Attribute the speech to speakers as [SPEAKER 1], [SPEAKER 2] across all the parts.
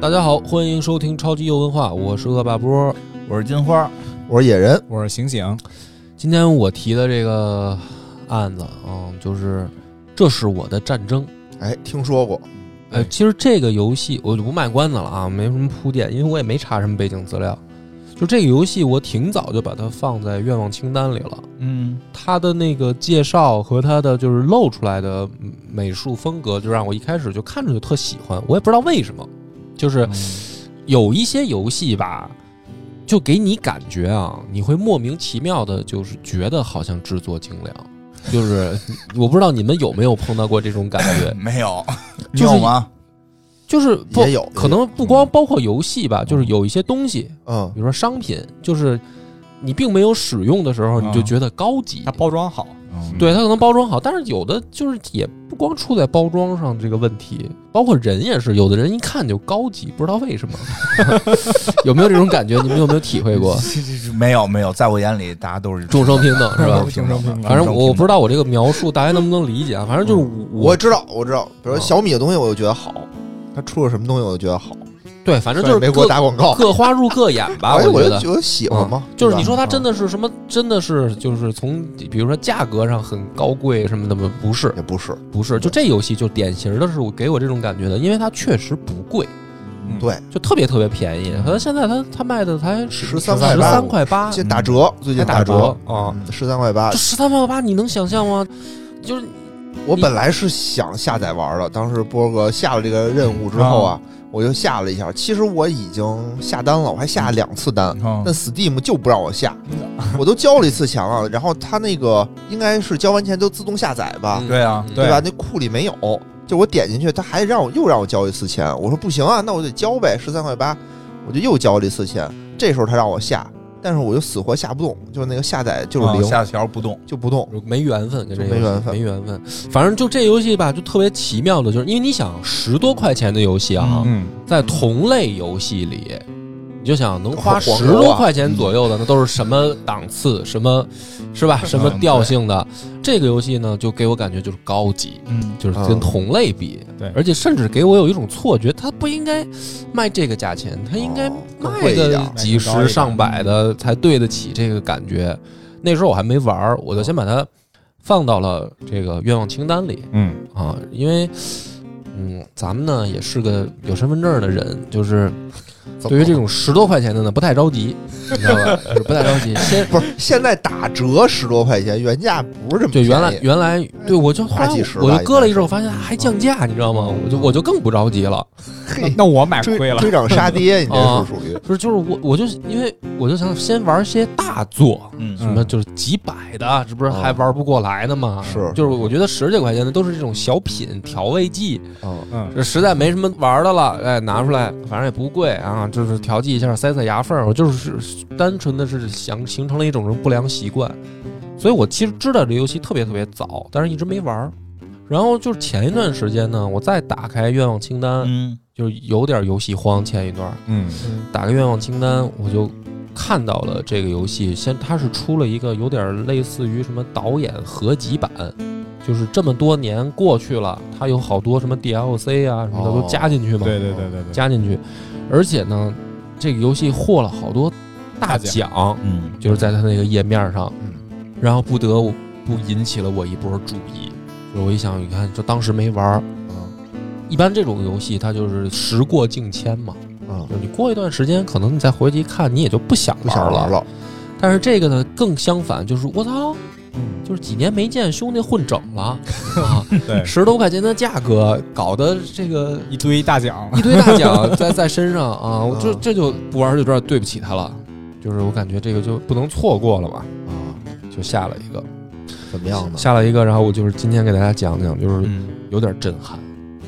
[SPEAKER 1] 大家好，欢迎收听超级优文化，我是恶霸波。
[SPEAKER 2] 我是金花，
[SPEAKER 3] 我是野人，
[SPEAKER 4] 我是醒醒，
[SPEAKER 1] 今天我提的这个案子，嗯，就是这是我的战争。
[SPEAKER 3] 哎，听说过，
[SPEAKER 1] 呃，
[SPEAKER 4] 对
[SPEAKER 1] 其实这个游戏我就不卖关子了啊，没什么铺垫，因为我也没查什么背景资料。就这个游戏，我挺早就把它放在愿望清单里了。
[SPEAKER 4] 嗯，
[SPEAKER 1] 它的那个介绍和它的就是露出来的美术风格，就让我一开始就看着就特喜欢，我也不知道为什么，就是有一些游戏吧，就给你感觉啊，你会莫名其妙的，就是觉得好像制作精良。就是我不知道你们有没有碰到过这种感觉，
[SPEAKER 2] 没有，
[SPEAKER 1] 嗯
[SPEAKER 2] 你
[SPEAKER 1] 就是
[SPEAKER 2] 有吗？
[SPEAKER 1] 就是不
[SPEAKER 3] 嗯也有
[SPEAKER 1] 可能不光包括游戏吧，就是有一些东西，
[SPEAKER 3] 嗯
[SPEAKER 1] 比，如说商品，就是你并没有使用的时候，
[SPEAKER 3] 嗯
[SPEAKER 1] 你就觉得高级。
[SPEAKER 4] 它包装好，
[SPEAKER 2] 嗯
[SPEAKER 1] 对，它可能包装好，但是有的就是也不光出在包装上这个问题，包括人也是，有的人一看就高级，不知道为什么， 有没有这种感觉？你们有没有体会过？
[SPEAKER 2] 这这这没有没有，在我眼里大家都是
[SPEAKER 1] 众生平等 是 吧？
[SPEAKER 2] 众生平等
[SPEAKER 1] 反正我不知
[SPEAKER 2] 道，
[SPEAKER 1] 道我这个描述大家能不能理解啊，反正就是我
[SPEAKER 3] 嗯我知道，我知道，比如说
[SPEAKER 1] 嗯
[SPEAKER 3] 小米的东西，我就觉得好，它出了什么东西，我就觉得好，
[SPEAKER 1] 对，反正
[SPEAKER 3] 虽
[SPEAKER 1] 就
[SPEAKER 3] 然
[SPEAKER 1] 是
[SPEAKER 3] 没给我
[SPEAKER 1] 各
[SPEAKER 3] 打广告，
[SPEAKER 1] 各花入各眼吧，
[SPEAKER 3] 哎，
[SPEAKER 1] 我
[SPEAKER 3] 我
[SPEAKER 1] 觉
[SPEAKER 3] 就
[SPEAKER 1] 得。嗯
[SPEAKER 3] 觉得喜欢嘛，
[SPEAKER 1] 就是
[SPEAKER 3] 对吧
[SPEAKER 1] 你说它真的是什么？真的是就是从比如说价格上很高贵什么的吗？不是
[SPEAKER 3] 嗯，也不是，
[SPEAKER 1] 不是，就这游戏就典型的是我给我这种感觉的，因为它确实不贵，
[SPEAKER 2] 嗯
[SPEAKER 3] 对，
[SPEAKER 1] 就特别特别便宜。可能现在它它卖的才十
[SPEAKER 3] 13
[SPEAKER 1] 十
[SPEAKER 3] 嗯块八
[SPEAKER 1] 三块八，
[SPEAKER 3] 现在打折，最近
[SPEAKER 1] 啊还打
[SPEAKER 3] 折嗯
[SPEAKER 1] 折啊
[SPEAKER 3] 十三块八
[SPEAKER 1] 这。十三块八你能想象吗？就是
[SPEAKER 3] 我本来是想下载玩的，当时波哥下了这个任务之后啊，我就下了一下。其实我已经下单了，我还下了两次单，
[SPEAKER 2] 嗯
[SPEAKER 3] 但 Steam 就不让我下，
[SPEAKER 1] 嗯
[SPEAKER 3] 我都交了一次钱了，然后它那个应该是交完钱都自动下载吧，
[SPEAKER 1] 嗯
[SPEAKER 2] 对啊，
[SPEAKER 1] 嗯
[SPEAKER 3] 对吧？那库里没有，就我点进去，他还让我又让我交一次钱，我说不行啊，那我得交呗，十三块八，我就又交了一次钱。这时候他让我下，但是我就死活下不动，就是那个下载就是
[SPEAKER 1] 啊
[SPEAKER 2] 嗯
[SPEAKER 3] 零、
[SPEAKER 2] 下条不动，
[SPEAKER 3] 就不动。
[SPEAKER 1] 没缘分，跟这游戏
[SPEAKER 3] 没缘分
[SPEAKER 1] 没缘分。反正就这游戏吧，就特别奇妙的，就是因为你想十多块钱的游戏啊，
[SPEAKER 2] 嗯，
[SPEAKER 1] 在同类游戏里，你就想能花
[SPEAKER 3] 黄
[SPEAKER 1] 十
[SPEAKER 3] 油啊
[SPEAKER 1] 多块钱左右的，那都是什么档次，什么是吧，什么调性的？这个游戏呢，就给我感觉就是高级。
[SPEAKER 4] 嗯，
[SPEAKER 1] 就是跟同类比，
[SPEAKER 4] 对
[SPEAKER 1] 而且甚至给我有一种错觉，它不应该卖这个价钱，它应该
[SPEAKER 3] 哦更
[SPEAKER 1] 卖
[SPEAKER 3] 贵一
[SPEAKER 1] 个
[SPEAKER 3] 点
[SPEAKER 1] 几
[SPEAKER 4] 卖更高一
[SPEAKER 1] 十
[SPEAKER 4] 点
[SPEAKER 1] 上百的才对得起这个感觉。那时候我还没玩儿，我就先把它放到了这个愿望清单里。
[SPEAKER 2] 嗯
[SPEAKER 1] 啊，因为嗯，咱们呢也是个有身份证的人，就是
[SPEAKER 3] 怎么
[SPEAKER 1] 对于这种十多块钱的呢不太着急，你知道 吧？就是不太着急，先。
[SPEAKER 3] 不是现在打折十多块钱，原价不是这么
[SPEAKER 1] 就
[SPEAKER 3] 便宜
[SPEAKER 1] 原来原来对我就后来
[SPEAKER 3] 大几十吧
[SPEAKER 1] 我就搁了一阵，我发现还
[SPEAKER 3] 嗯
[SPEAKER 1] 降价，你知道吗？我就我就更不着急了，
[SPEAKER 4] 那
[SPEAKER 3] 嘿
[SPEAKER 4] 那我买亏
[SPEAKER 3] 追
[SPEAKER 4] 了，
[SPEAKER 3] 追涨杀 跌，你这
[SPEAKER 1] 啊
[SPEAKER 3] 是属于
[SPEAKER 1] 不是就是我我就因为我就想先玩些大作，
[SPEAKER 2] 嗯啊
[SPEAKER 1] 什么就是几百的，这不是还玩不过来呢吗？
[SPEAKER 3] 是
[SPEAKER 1] 就是我觉得十几块钱的都是这种小品调味剂，
[SPEAKER 2] 哦
[SPEAKER 3] 嗯
[SPEAKER 4] 嗯，
[SPEAKER 1] 这实在没什么玩的了，哎，拿出来，反正也不贵啊，就是调剂一下，塞塞牙缝儿。我就是单纯的是想形成了一种不良习惯，所以我其实知道这游戏特别特别早，但是一直没玩儿。然后就是前一段时间呢，我再打开愿望清单，
[SPEAKER 2] 嗯
[SPEAKER 1] 就是有点游戏荒。前一段
[SPEAKER 2] 嗯
[SPEAKER 1] 打开愿望清单，我就看到了这个游戏，先它是出了一个有点类似于什么导演合集版，就是这么多年过去了，它有好多什么 DLC 啊什么的
[SPEAKER 3] 哦
[SPEAKER 1] 都加进去嘛，
[SPEAKER 4] 对对对对对，
[SPEAKER 1] 加进去，而且呢，这个游戏获了好多大
[SPEAKER 4] 大奖
[SPEAKER 1] 奖，
[SPEAKER 2] 嗯，
[SPEAKER 1] 就是在它那个页面上，
[SPEAKER 3] 嗯，
[SPEAKER 1] 然后不得不引起了我一波注意，就是我一想，你看，就当时没玩儿，
[SPEAKER 3] 嗯
[SPEAKER 1] 一般这种游戏它就是时过境迁嘛。
[SPEAKER 3] 嗯，
[SPEAKER 1] 就是你过一段时间，可能你再回去一看，你也就不想
[SPEAKER 3] 不想
[SPEAKER 1] 玩
[SPEAKER 3] 玩
[SPEAKER 1] 了。
[SPEAKER 3] 了，
[SPEAKER 1] 但是这个呢，更相反，就是我操，
[SPEAKER 3] 嗯
[SPEAKER 1] 就是几年没见兄弟混整了，啊，
[SPEAKER 4] 对
[SPEAKER 1] 十多块钱的价格搞得这个
[SPEAKER 4] 一堆大奖，
[SPEAKER 1] 一堆大奖在在身上啊，我这
[SPEAKER 3] 嗯
[SPEAKER 1] 这就不玩就有点对不起他了。就是我感觉这个就不能错过了嘛，
[SPEAKER 3] 啊，
[SPEAKER 1] 就下了一个，
[SPEAKER 3] 怎么样呢？
[SPEAKER 1] 下了一个，然后我就是今天给大家讲讲，就是
[SPEAKER 4] 嗯，
[SPEAKER 1] 有点震撼，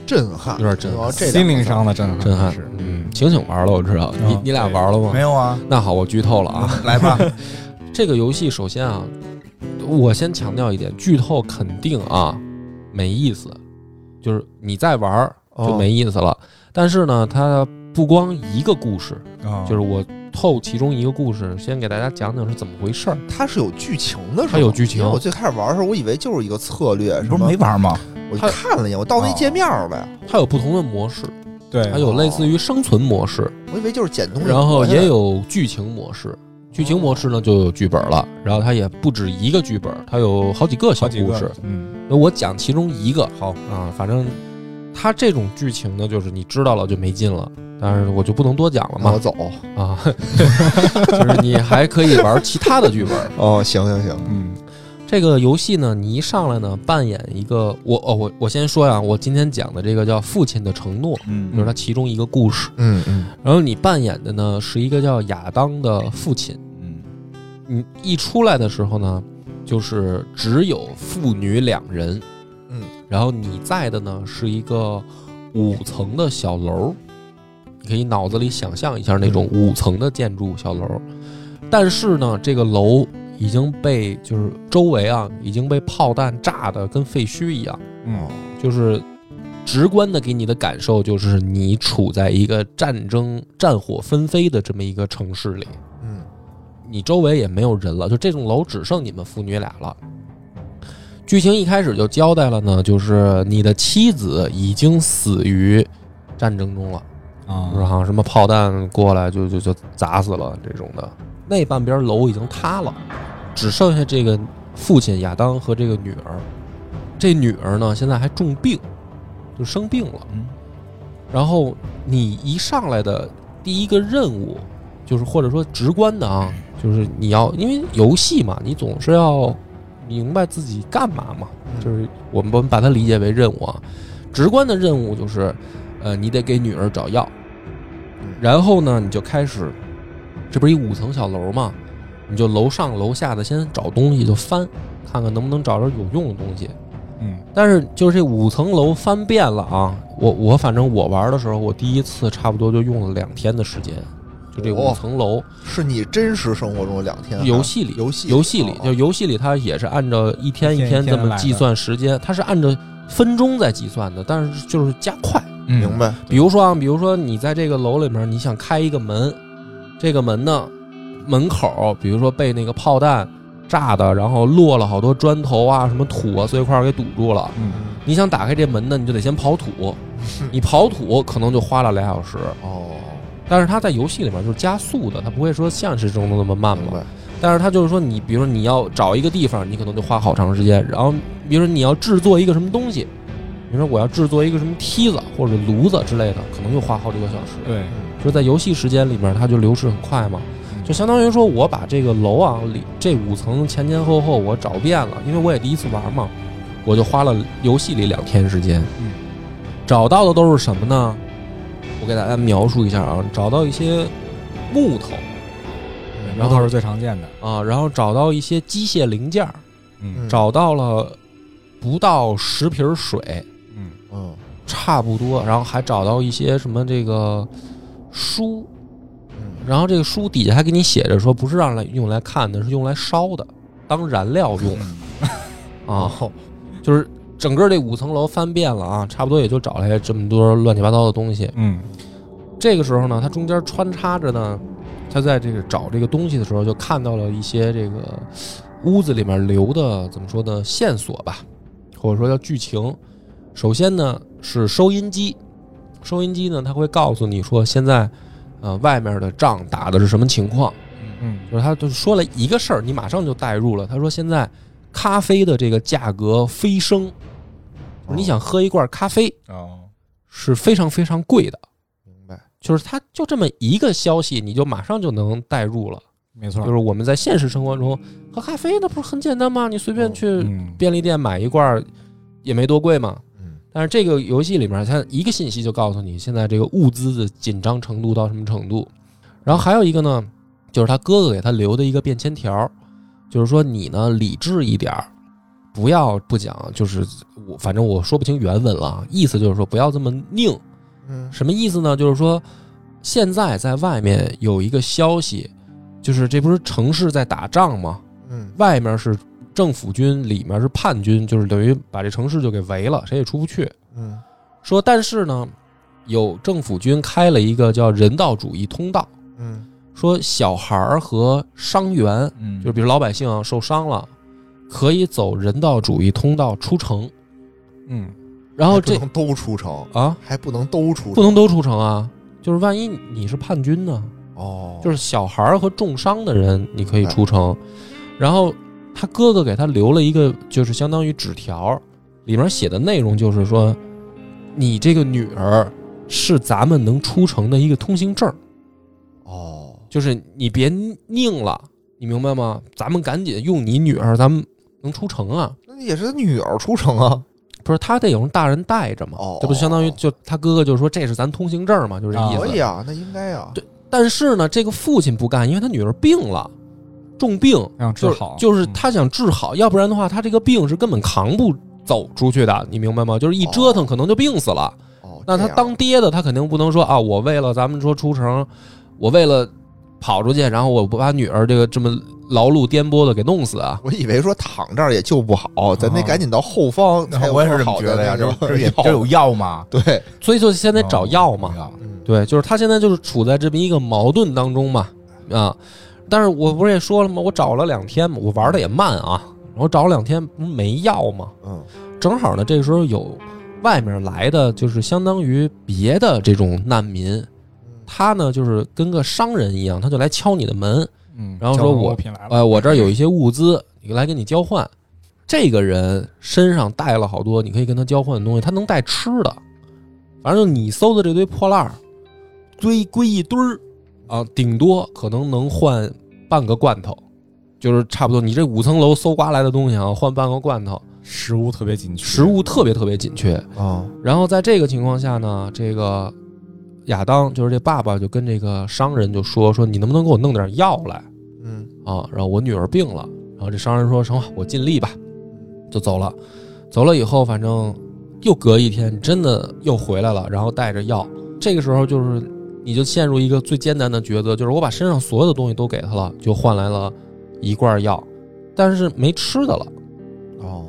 [SPEAKER 3] 震撼，
[SPEAKER 1] 有点震撼
[SPEAKER 3] 主要这两个字
[SPEAKER 4] 心灵上的震撼，
[SPEAKER 1] 震撼
[SPEAKER 4] 是。
[SPEAKER 1] 嗯，醒醒玩了，我知道你
[SPEAKER 4] 嗯
[SPEAKER 1] 你俩玩了吗
[SPEAKER 2] 没？有啊，
[SPEAKER 1] 那好，我剧透了啊。
[SPEAKER 2] 来吧，
[SPEAKER 1] 这个游戏首先啊，我先强调一点，剧透肯定啊没意思，就是你再玩儿就
[SPEAKER 3] 哦
[SPEAKER 1] 没意思了。但是呢，它不光一个故事，
[SPEAKER 4] 哦
[SPEAKER 1] 就是我透其中一个故事，先给大家讲讲是怎么回事儿。
[SPEAKER 3] 它是有剧情的，是吗
[SPEAKER 1] 它有剧情
[SPEAKER 3] 因为我最开始玩的时候，我以为就是一个策略，
[SPEAKER 2] 你
[SPEAKER 3] 什
[SPEAKER 2] 不
[SPEAKER 3] 么
[SPEAKER 2] 是没玩吗？
[SPEAKER 3] 哦我就看了一眼，我到那界面了呀。
[SPEAKER 1] 它有不同的模式，
[SPEAKER 4] 对，哦
[SPEAKER 1] 它有类似于生存模式，
[SPEAKER 3] 我以为就是捡东西，
[SPEAKER 1] 然后也有剧情模式。剧情模式呢就有剧本了，然后它也不止一个剧本，它有好几个小
[SPEAKER 4] 好几
[SPEAKER 1] 故事
[SPEAKER 4] 个。，嗯，
[SPEAKER 1] 那我讲其中一个，好啊，反正它这种剧情呢，就是你知道了就没劲了，但是我就不能多讲了
[SPEAKER 3] 那我
[SPEAKER 1] 嘛
[SPEAKER 3] 走。
[SPEAKER 1] 啊， 就是你还可以玩其他的剧本。
[SPEAKER 3] 哦，行行行，
[SPEAKER 4] 嗯，
[SPEAKER 1] 这个游戏呢，你一上来呢扮演一个我哦我我先说呀，我今天讲的这个叫《父亲的承诺》，就
[SPEAKER 2] 嗯
[SPEAKER 1] 是它其中一个故事。
[SPEAKER 3] 嗯嗯，
[SPEAKER 1] 然后你扮演的呢是一个叫亚当的父亲。
[SPEAKER 2] 嗯
[SPEAKER 1] 你一出来的时候呢，就是只有父女两人，
[SPEAKER 3] 嗯，
[SPEAKER 1] 然后你在的呢是一个五层的小楼，你可以脑子里想象一下那种五层的建筑小楼，但是呢，这个楼已经被就是周围啊已经被炮弹炸的跟废墟一样，
[SPEAKER 4] 嗯，
[SPEAKER 1] 就是。直观的给你的感受就是，你处在一个战争、战火纷飞的这么一个城市里，
[SPEAKER 3] 嗯，
[SPEAKER 1] 你周围也没有人了，就这栋楼只剩你们父女俩了。剧情一开始就交代了呢，就是你的妻子已经死于战争中了，就是
[SPEAKER 4] 啊，
[SPEAKER 1] 好像什么炮弹过来就就就砸死了这种的。那半边楼已经塌了，只剩下这个父亲亚当和这个女儿。这女儿呢，现在还重病，就生病了。
[SPEAKER 2] 嗯
[SPEAKER 1] 然后你一上来的第一个任务，就是或者说直观的啊，就是你要因为游戏嘛，你总是要明白自己干嘛嘛。
[SPEAKER 3] 嗯
[SPEAKER 1] 就是我们我们把它理解为任务啊，直观的任务就是，呃，你得给女儿找药，然后呢，你就开始，这不是一五层小楼嘛，你就楼上楼下的先找东西就翻，看看能不能找着有用的东西。
[SPEAKER 4] 嗯，
[SPEAKER 1] 但是就是这五层楼翻遍了啊！我我反正我玩的时候，我第一次差不多就用了两天的时间，就这五
[SPEAKER 3] 哦
[SPEAKER 1] 层楼、
[SPEAKER 3] 是你真实生活中的两天啊
[SPEAKER 1] 游戏里
[SPEAKER 3] 游戏
[SPEAKER 1] 游戏里
[SPEAKER 3] 哦，
[SPEAKER 1] 就游戏里它也是按照一天
[SPEAKER 4] 一天
[SPEAKER 1] 天
[SPEAKER 4] 一
[SPEAKER 1] 这
[SPEAKER 4] 天
[SPEAKER 1] 么
[SPEAKER 4] 来的
[SPEAKER 1] 计算时间，它是按照分钟在计算的，但是就是加快。
[SPEAKER 2] 嗯
[SPEAKER 3] 明白？
[SPEAKER 1] 比如说啊，比如说你在这个楼里面，你想开一个门，这个门呢，门口比如说被那个炮弹炸的，然后落了好多砖头啊、什么土啊碎块儿给堵住了。
[SPEAKER 4] 嗯，
[SPEAKER 1] 你想打开这门呢，你就得先刨 土，你刨土可能就花了俩小时，
[SPEAKER 3] 哦，
[SPEAKER 1] 但是它在游戏里面就是加速的，它不会说现实中的那么慢
[SPEAKER 3] 明
[SPEAKER 1] 嘛。
[SPEAKER 3] 白？
[SPEAKER 1] 但是它就是说你，比如说你要找一个地方，你可能就花好长时间，然后比如说你要制作一个什么东西，你说我要制作一个什么梯子或者炉子之类的，可能又花好几个小时。
[SPEAKER 4] 对，
[SPEAKER 3] 嗯
[SPEAKER 1] 就是在游戏时间里面，它就流逝很快嘛，就相当于说我把这个楼啊里这五层前前后后我找遍了，因为我也第一次玩嘛，我就花了游戏里两天时间，
[SPEAKER 4] 嗯，
[SPEAKER 1] 找到的都是什么呢？我给大家描述一下啊，找到一些木头
[SPEAKER 4] 嗯
[SPEAKER 1] 然
[SPEAKER 4] 那
[SPEAKER 1] 后
[SPEAKER 4] 都是最常见的，
[SPEAKER 1] 啊，然后找到一些机械零件儿，
[SPEAKER 4] 嗯
[SPEAKER 1] 找到了不到十瓶水，
[SPEAKER 4] 嗯，
[SPEAKER 3] 嗯
[SPEAKER 1] 差不多，然后还找到一些什么这个书，
[SPEAKER 3] 嗯
[SPEAKER 1] 然后这个书底下还给你写着说，不是让来用来看的，是用来烧的，当燃料用啊。就是整个这五层楼翻遍了啊，差不多也就找来这么多乱七八糟的东西。
[SPEAKER 4] 嗯，
[SPEAKER 1] 这个时候呢，它中间穿插着呢，他在这个找这个东西的时候，就看到了一些这个屋子里面留的怎么说呢线索吧，或者说叫剧情。首先呢是收音机，收音机呢它会告诉你说现在，呃外面的仗打的是什么情况。
[SPEAKER 4] 嗯，
[SPEAKER 1] 就是他就说了一个事儿，你马上就代入了。他说现在咖啡的这个价格飞升，就是你想喝一罐咖啡
[SPEAKER 2] 哦
[SPEAKER 1] 是非常非常贵的。
[SPEAKER 3] 明白？
[SPEAKER 1] 就是他就这么一个消息，你就马上就能代入了。
[SPEAKER 4] 没
[SPEAKER 1] 就
[SPEAKER 4] 错，
[SPEAKER 1] 是我们在现实生活中喝咖啡，那不是很简单吗？你随便去
[SPEAKER 4] 嗯，
[SPEAKER 1] 便利店买一罐儿也没多贵嘛。
[SPEAKER 3] 嗯
[SPEAKER 1] 但是这个游戏里面，它一个信息就告诉你现在这个物资的紧张程度到什么程度。然后还有一个呢，就是他哥哥给他留的一个便签条，就是说你呢理智一点儿，不要不讲，就是我反正我说不清原文了啊，意思就是说不要这么拧。
[SPEAKER 3] 嗯
[SPEAKER 1] 什么意思呢？就是说现在在外面有一个消息，就是这不是城市在打仗吗？
[SPEAKER 3] 嗯
[SPEAKER 1] 外面是政府军，里面是叛军，就是等于把这城市就给围了，谁也出不去。
[SPEAKER 3] 嗯
[SPEAKER 1] 说但是呢，有政府军开了一个叫人道主义通道，
[SPEAKER 3] 嗯
[SPEAKER 1] 说小孩儿和伤员，
[SPEAKER 2] 嗯
[SPEAKER 1] 就比如老百姓啊受伤了，可以走人道主义通道出城。
[SPEAKER 4] 嗯，
[SPEAKER 1] 然后
[SPEAKER 3] 还
[SPEAKER 1] 这
[SPEAKER 3] 不能都出城，
[SPEAKER 1] 啊，
[SPEAKER 3] 还哎不能都出城，
[SPEAKER 1] 不能都出城啊，就是万一你是叛军呢？
[SPEAKER 3] 哦，嗯
[SPEAKER 1] 就是是小孩儿和重伤的人，你可以出城。然后他哥哥给他留了一个，就是相当于纸条，里面写的内容就是说，你这个女儿是咱们能出城的一个通行证儿，
[SPEAKER 3] 哦，
[SPEAKER 1] 就是你别拧了，你明白吗？咱们赶紧用你女儿，咱们能出城啊！
[SPEAKER 3] 那也是女儿出城啊，
[SPEAKER 1] 不是他得有人大人带着嘛，
[SPEAKER 3] 哦
[SPEAKER 1] 这不相当于就他哥哥就说这是咱通行证儿嘛，就是这
[SPEAKER 4] 啊
[SPEAKER 1] 意思。
[SPEAKER 3] 可以啊，那应该啊，
[SPEAKER 1] 对但是呢，这个父亲不干，因为他女儿病了，重病，
[SPEAKER 4] 让治
[SPEAKER 1] 就是
[SPEAKER 4] 好，
[SPEAKER 1] 就是
[SPEAKER 4] 嗯
[SPEAKER 1] 他想治好，要不然的话，他这个病是根本扛不走出去的，你明白吗？就是一折腾，可能就病死了。
[SPEAKER 3] 哦，
[SPEAKER 1] 那他
[SPEAKER 3] 这样
[SPEAKER 1] 当爹的，他肯定不能说啊，我为了咱们说出城，我为了跑出去，然后我不把女儿这个这么劳碌颠簸的给弄死啊。
[SPEAKER 3] 我以为说躺这儿也救不好，咱得赶紧到后方才有
[SPEAKER 2] 啊我也是这
[SPEAKER 3] 更
[SPEAKER 2] 么
[SPEAKER 3] 好
[SPEAKER 2] 觉得
[SPEAKER 3] 的
[SPEAKER 2] 呀，
[SPEAKER 3] 那
[SPEAKER 2] 这
[SPEAKER 3] 种
[SPEAKER 2] 这也
[SPEAKER 3] 药
[SPEAKER 2] 这有药吗？
[SPEAKER 3] 对，
[SPEAKER 1] 所以就现在找药嘛，
[SPEAKER 2] 哦
[SPEAKER 3] 嗯
[SPEAKER 1] 对，就是他现在就是处在这么一个矛盾当中嘛，啊，但是我不是也说了吗？我找了两天嘛，我玩的也慢啊，我找了两天不是没药吗？
[SPEAKER 3] 嗯，
[SPEAKER 1] 正好呢，这时候有外面来的，就是相当于别的这种难民，他呢就是跟个商人一样，他就来敲你的门，
[SPEAKER 4] 嗯，
[SPEAKER 1] 然后
[SPEAKER 4] 交
[SPEAKER 1] 说
[SPEAKER 4] 通
[SPEAKER 1] 我
[SPEAKER 4] 物品来了，
[SPEAKER 1] 呃，我这儿有一些物资，你来跟你交换。这个人身上带了好多你可以跟他交换的东西，他能带吃的，反正你搜的这堆破烂儿，堆归一堆儿啊，顶多可能能换半个罐头，就是差不多。你这五层楼搜刮来的东西啊，换半个罐头，
[SPEAKER 4] 食物特别紧缺，
[SPEAKER 1] 食物特别特别紧缺。
[SPEAKER 3] 哦，
[SPEAKER 1] 然后在这个情况下呢，这个亚当就是这爸爸就跟这个商人就说说你能不能给我弄点药来
[SPEAKER 3] 嗯，
[SPEAKER 1] 啊？然后我女儿病了。然后这商人说行吧，我尽力吧，就走了。走了以后，反正又隔一天，真的又回来了，然后带着药。这个时候就是你就陷入一个最艰难的抉择，就是我把身上所有的东西都给他了，就换来了一罐药，但是没吃的了。
[SPEAKER 3] 哦，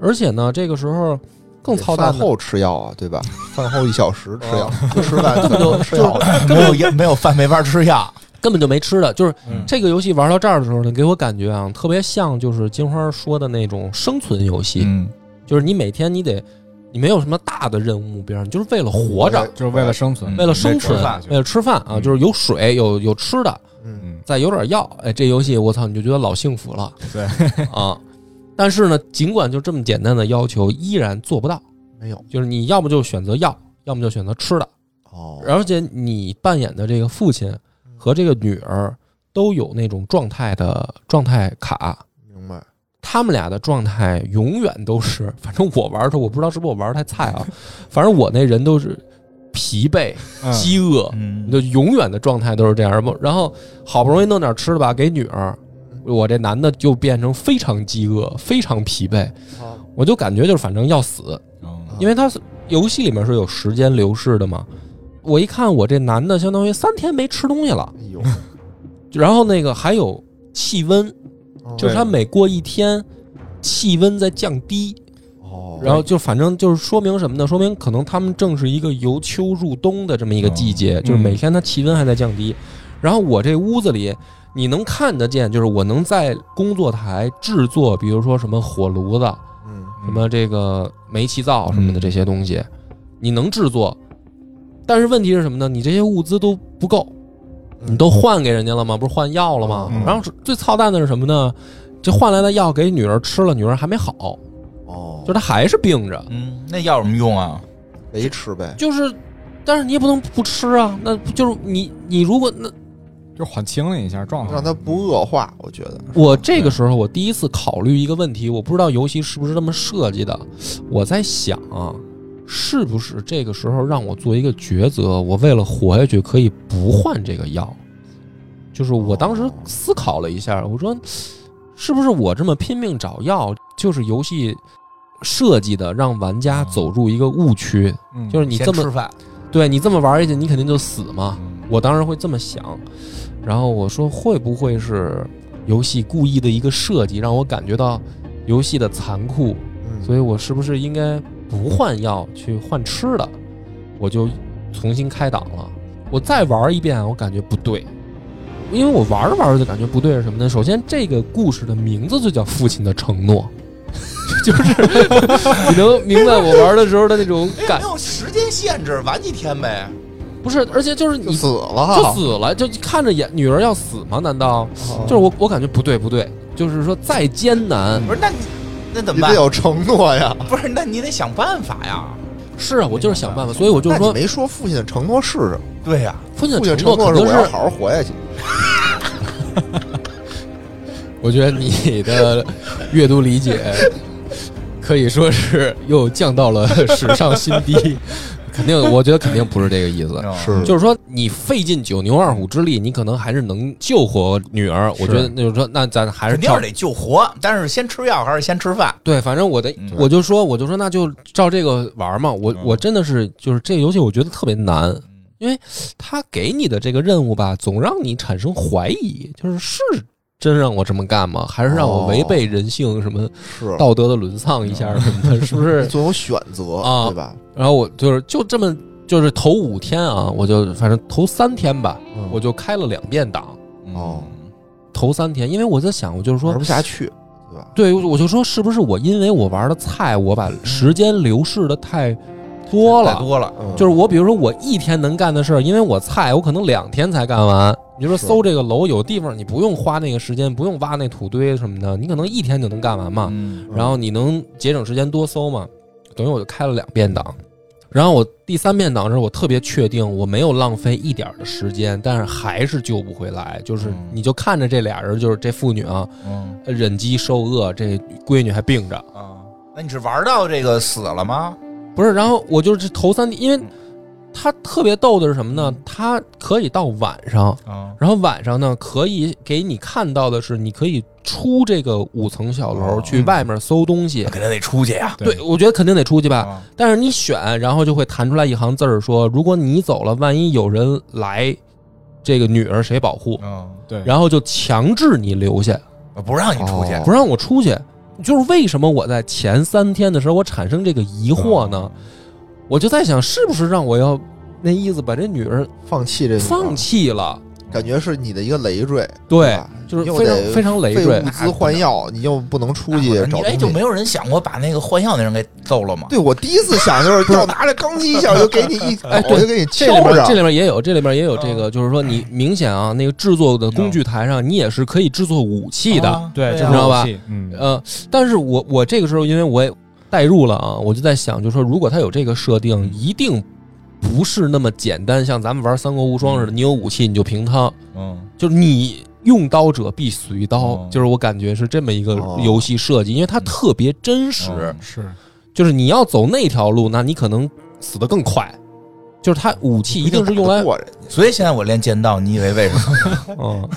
[SPEAKER 1] 而且呢，这个时候更操蛋
[SPEAKER 3] 饭
[SPEAKER 1] 的
[SPEAKER 3] 后吃药啊，对吧？饭后一小时吃药，不吃饭
[SPEAKER 1] 根本就
[SPEAKER 3] 吃药，
[SPEAKER 2] 哦没有药没有饭没法吃药，
[SPEAKER 1] 根本就没吃的，就是
[SPEAKER 4] 嗯
[SPEAKER 1] 这个游戏玩到这儿的时候呢，给我感觉啊，特别像就是金花说的那种生存游戏，
[SPEAKER 2] 嗯，
[SPEAKER 1] 就是你每天你得，你没有什么大的任务目标，你就是为了活着，
[SPEAKER 4] 就是为了生存，
[SPEAKER 2] 嗯
[SPEAKER 1] 为了生存
[SPEAKER 2] 为了吃，
[SPEAKER 1] 为了吃饭啊，
[SPEAKER 4] 嗯
[SPEAKER 1] 就是有水有有吃的，
[SPEAKER 3] 嗯，
[SPEAKER 4] 嗯，
[SPEAKER 1] 再有点药，哎，这游戏我操，你就觉得老幸福了，
[SPEAKER 4] 对
[SPEAKER 1] 啊。但是呢，尽管就这么简单的要求，依然做不到，
[SPEAKER 3] 没有
[SPEAKER 1] 就是你要么就选择药，要么就选择吃的，
[SPEAKER 3] 哦，
[SPEAKER 1] 而且你扮演的这个父亲和这个女儿都有那种状态的状态卡，
[SPEAKER 3] 明白，
[SPEAKER 1] 他们俩的状态永远都是， 反正我玩的时候，我不知道是不是我玩的太菜啊， 反正我那人都是疲惫、
[SPEAKER 4] 嗯
[SPEAKER 1] 饥饿，
[SPEAKER 2] 嗯
[SPEAKER 1] 就永远的状态都是这样。不，然后好不容易弄点吃的吧，给女儿。我这男的就变成非常饥饿，非常疲惫，
[SPEAKER 2] 啊
[SPEAKER 3] 哦，
[SPEAKER 1] 我就感觉就是反正要死，
[SPEAKER 2] 嗯
[SPEAKER 1] 因为他是游戏里面是有时间流逝的嘛。我一看，我这男的相当于三天没吃东西了，
[SPEAKER 3] 哎 呦，
[SPEAKER 1] 然后那个还有气温，
[SPEAKER 3] 哦
[SPEAKER 1] 就是它每过一天，气温在降低，
[SPEAKER 3] 哦，
[SPEAKER 1] 然后就反正就是说明什么呢？说明可能他们正是一个由秋入冬的这么
[SPEAKER 3] 哦
[SPEAKER 1] 一个季
[SPEAKER 3] 嗯
[SPEAKER 1] 节，就是每天它气温还在降低。然后我这屋子里，你能看得见，就是我能在工作台制作，比如说什么火炉子、
[SPEAKER 3] 嗯，
[SPEAKER 1] 什么这个煤气灶什么的
[SPEAKER 2] 嗯
[SPEAKER 1] 这些东西，你能制作。但是问题是什么呢？你这些物资都不够，
[SPEAKER 3] 嗯哦
[SPEAKER 1] 你都换给人家了吗？不是换药了吗？
[SPEAKER 4] 嗯
[SPEAKER 1] 然后是最操蛋的是什么呢？这换来的药给女儿吃了，女儿还没好，
[SPEAKER 3] 哦，
[SPEAKER 1] 就是她还是病着，
[SPEAKER 2] 嗯，那药有什么用啊？
[SPEAKER 3] 没吃呗，
[SPEAKER 1] 就是，但是你也不能不吃啊，那就是你你如果那
[SPEAKER 4] 就缓清了一下
[SPEAKER 2] 嗯
[SPEAKER 4] 状态，
[SPEAKER 3] 让他不恶化，我觉得
[SPEAKER 1] 我这个时候我第一次考虑一个问题，我不知道游戏是不是这么设计的，我在想啊，是不是这个时候让我做一个抉择，我为了活下去可以不换这个药，就是我当时
[SPEAKER 3] 哦
[SPEAKER 1] 思考了一下，我说是不是我这么拼命找药，就是游戏设计的让玩家走入一个误区，
[SPEAKER 4] 嗯
[SPEAKER 1] 就是你这
[SPEAKER 2] 啊先
[SPEAKER 1] 么
[SPEAKER 2] 吃饭，
[SPEAKER 1] 对你这么玩下去，你肯定就死嘛。
[SPEAKER 4] 嗯
[SPEAKER 1] 我当时会这么想，然后我说会不会是游戏故意的一个设计，让我感觉到游戏的残酷，
[SPEAKER 3] 嗯，
[SPEAKER 1] 所
[SPEAKER 3] 以
[SPEAKER 1] 以我是不是应该不换药去换吃的？我就重新开档了。我再玩一遍，我感觉不对，因为我玩着玩着就感觉不对是什么呢？首先，这个故事的名字就叫《父亲的承诺》， 就是 你能明白我玩的时候的那种感
[SPEAKER 2] 没，有时间限制，玩几天呗。
[SPEAKER 1] 不是，而且就是
[SPEAKER 3] 嗯就
[SPEAKER 1] 你
[SPEAKER 3] 死
[SPEAKER 1] 就
[SPEAKER 3] 了，
[SPEAKER 1] 死了，就看着眼女儿要死吗？难道
[SPEAKER 3] 啊
[SPEAKER 1] 就是我我感觉不对不对，就是说再艰难
[SPEAKER 2] 不是，那你那怎
[SPEAKER 3] 你
[SPEAKER 2] 么办
[SPEAKER 3] 得？有承诺呀。
[SPEAKER 2] 不是，那你得想办法呀。
[SPEAKER 1] 是啊，我就是想办法，所以我就
[SPEAKER 3] 那你
[SPEAKER 1] 说
[SPEAKER 3] 没说父亲的承诺是什么？
[SPEAKER 2] 对呀，
[SPEAKER 1] 父亲
[SPEAKER 3] 父
[SPEAKER 1] 的
[SPEAKER 3] 亲的
[SPEAKER 1] 承
[SPEAKER 3] 承
[SPEAKER 1] 诺
[SPEAKER 3] 诺
[SPEAKER 1] 肯定
[SPEAKER 3] 是我要
[SPEAKER 1] 是，
[SPEAKER 3] 好好活下去。
[SPEAKER 1] 我觉得你的阅读理 解可以说是又降到了史上新 低，肯定我觉得肯定不是这个意思。
[SPEAKER 3] 是
[SPEAKER 1] 就是说，你费尽九牛二虎之力，你可能还是能救活女儿。我觉得，就是说，那咱还是
[SPEAKER 2] 肯定
[SPEAKER 1] 跳
[SPEAKER 2] 是得救活，但是先吃药还是先吃饭？
[SPEAKER 1] 对，反正我的
[SPEAKER 2] 嗯，
[SPEAKER 1] 我就说，我就说，那就照这个玩嘛。我
[SPEAKER 2] 嗯
[SPEAKER 1] 我真的是，就是这个游戏，我觉得特别难，
[SPEAKER 3] 嗯
[SPEAKER 1] 因为他给你的这个任务吧，总让你产生怀疑，就是是真让我这么干吗？还是让我违背
[SPEAKER 3] 哦
[SPEAKER 1] 人性什么
[SPEAKER 3] 是，
[SPEAKER 1] 道德的沦丧一下什么的，是不
[SPEAKER 3] 你
[SPEAKER 1] 是？
[SPEAKER 3] 总有选择，
[SPEAKER 1] 啊
[SPEAKER 3] 对吧？
[SPEAKER 1] 然后我就是就这么就是头五天啊，我就反正头三天吧，
[SPEAKER 3] 嗯
[SPEAKER 1] 我就开了两遍档。
[SPEAKER 3] 哦
[SPEAKER 1] 头三天，因为我在想，我就是说
[SPEAKER 3] 玩不下去，对吧？
[SPEAKER 1] 对，我就说是不是我因为我玩的菜，我把时间流逝的太多
[SPEAKER 2] 太
[SPEAKER 1] 了。
[SPEAKER 2] 多了，
[SPEAKER 3] 嗯
[SPEAKER 1] 就是我，比如说我一天能干的事儿，因为我菜，我可能两天才干完。你就说
[SPEAKER 3] 是
[SPEAKER 1] 搜这个楼有地方，你不用花那个时间，不用挖那土堆什么的，你可能一天就能干完嘛。
[SPEAKER 2] 嗯，
[SPEAKER 1] 然后你能节省时间多搜嘛，等于我就开了两遍档。然后我第三遍档的时候，我特别确定我没有浪费一点儿的时间，但是还是救不回来。就是
[SPEAKER 2] 嗯
[SPEAKER 1] 你就看着这俩人，就是这妇女啊，
[SPEAKER 2] 嗯
[SPEAKER 1] 忍饥受饿，这闺女还病着，
[SPEAKER 2] 啊，那你是玩到这个死了吗？
[SPEAKER 1] 不是？然后我就是头三天，因为
[SPEAKER 2] 嗯
[SPEAKER 1] 他特别逗的是什么呢？他可以到晚上，
[SPEAKER 2] 啊，
[SPEAKER 1] 然后晚上呢可以给你看到的是，你可以出这个五层小楼
[SPEAKER 2] 哦嗯
[SPEAKER 1] 去外面搜东西。
[SPEAKER 2] 肯定得出去呀。
[SPEAKER 1] 对，我觉得肯定得出去吧。
[SPEAKER 2] 啊
[SPEAKER 1] 但是你选，然后就会弹出来一行字儿说，如果你走了，万一有人来，这个女儿谁保护？
[SPEAKER 2] 嗯，
[SPEAKER 4] 对，
[SPEAKER 1] 然后就强制你留下。
[SPEAKER 2] 不让你出去，
[SPEAKER 3] 哦
[SPEAKER 1] 不让我出去。就是为什么我在前三天的时候，我产生这个疑惑呢？
[SPEAKER 4] 嗯
[SPEAKER 1] 我就在想，是不是让我要那意思把这女儿
[SPEAKER 3] 放弃这，
[SPEAKER 1] 放，弃了？
[SPEAKER 3] 感觉是你的一个累赘，
[SPEAKER 1] 对
[SPEAKER 3] 吧，
[SPEAKER 1] 就是
[SPEAKER 3] 又
[SPEAKER 1] 非常
[SPEAKER 3] 得
[SPEAKER 1] 非常累
[SPEAKER 3] 废
[SPEAKER 1] 赘
[SPEAKER 3] 物。资换药，你又不能出去
[SPEAKER 2] 那
[SPEAKER 3] 找
[SPEAKER 2] 我哎，
[SPEAKER 3] 东
[SPEAKER 2] 就没
[SPEAKER 3] 西。
[SPEAKER 2] 有人想过把那个换药那人给揍了吗？
[SPEAKER 3] 对我第一次想 就是要拿着钢筋一下就给你一，
[SPEAKER 1] 哎对
[SPEAKER 3] 我就给你
[SPEAKER 1] 这
[SPEAKER 3] 敲
[SPEAKER 1] 里边
[SPEAKER 3] 上
[SPEAKER 1] 这。里边也有，这里边也有这个，就是说你明显啊，那个制作的工具台上，你也是可以制作武器的。
[SPEAKER 2] 啊
[SPEAKER 4] 对，
[SPEAKER 2] 啊
[SPEAKER 1] 你
[SPEAKER 4] 这是
[SPEAKER 1] 知道吧
[SPEAKER 4] 游戏？嗯，
[SPEAKER 1] 呃，但是我我这个时候，因为我也代入了啊，我就在想，就说如果他有这个设定，一定不是那么简单，像咱们玩《三国无双》似的，你有武器你就平摊，
[SPEAKER 2] 嗯，
[SPEAKER 1] 就是你用刀者必死于刀，
[SPEAKER 2] 哦
[SPEAKER 1] 就是我感觉是这么一个
[SPEAKER 3] 哦
[SPEAKER 1] 游戏设计，因为它特别真实，
[SPEAKER 2] 嗯
[SPEAKER 4] 是
[SPEAKER 1] 就是你要走那条路，那你可能死得更快。就是它武器一定是用来，
[SPEAKER 3] 过人，
[SPEAKER 2] 所以现在我练剑道，你以为为什么？
[SPEAKER 1] 嗯，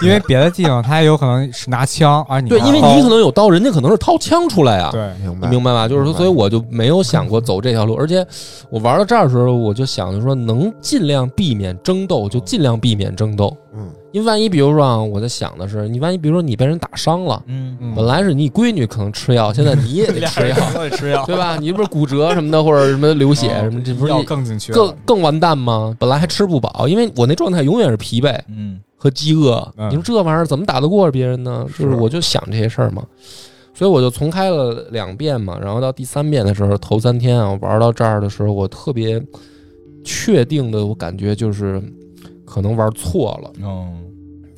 [SPEAKER 4] 因为别的地方他也有可能是拿枪，而你
[SPEAKER 1] 对，
[SPEAKER 4] 拿
[SPEAKER 1] 因为
[SPEAKER 4] 刀
[SPEAKER 1] 你可能有刀，人家可能是掏枪出来啊，
[SPEAKER 4] 对
[SPEAKER 3] 明
[SPEAKER 1] 你
[SPEAKER 3] 白？
[SPEAKER 1] 明白吧？就是说，
[SPEAKER 3] 明白
[SPEAKER 1] 所以我就没有想过走这条路，而且我玩到这儿的时候，我就想着说，能尽量避免争斗就尽量避免争斗，
[SPEAKER 3] 嗯，
[SPEAKER 1] 因为万一比如说啊，我在想的是，你万一比如说你被人打伤了。
[SPEAKER 2] 嗯，
[SPEAKER 1] 本来是你闺女可能吃药，现在你也得吃 药，
[SPEAKER 4] 得 吃药，
[SPEAKER 1] 对吧？你不是骨折什么的，或者什么流血
[SPEAKER 4] 哦
[SPEAKER 1] 什么，这不是
[SPEAKER 4] 药更进去了
[SPEAKER 1] 更更完蛋吗？本来还吃不饱，因为我那状态永远是疲惫
[SPEAKER 2] 嗯，
[SPEAKER 1] 和饥饿。
[SPEAKER 4] 嗯
[SPEAKER 1] 你说这玩意儿怎么打得过别人呢？就是我就想这些事儿嘛，所以我就重开了两遍嘛，然后到第三遍的时候，头三天啊我玩到这儿的时候，我特别确定的，我感觉就是可能玩错了，
[SPEAKER 2] 嗯，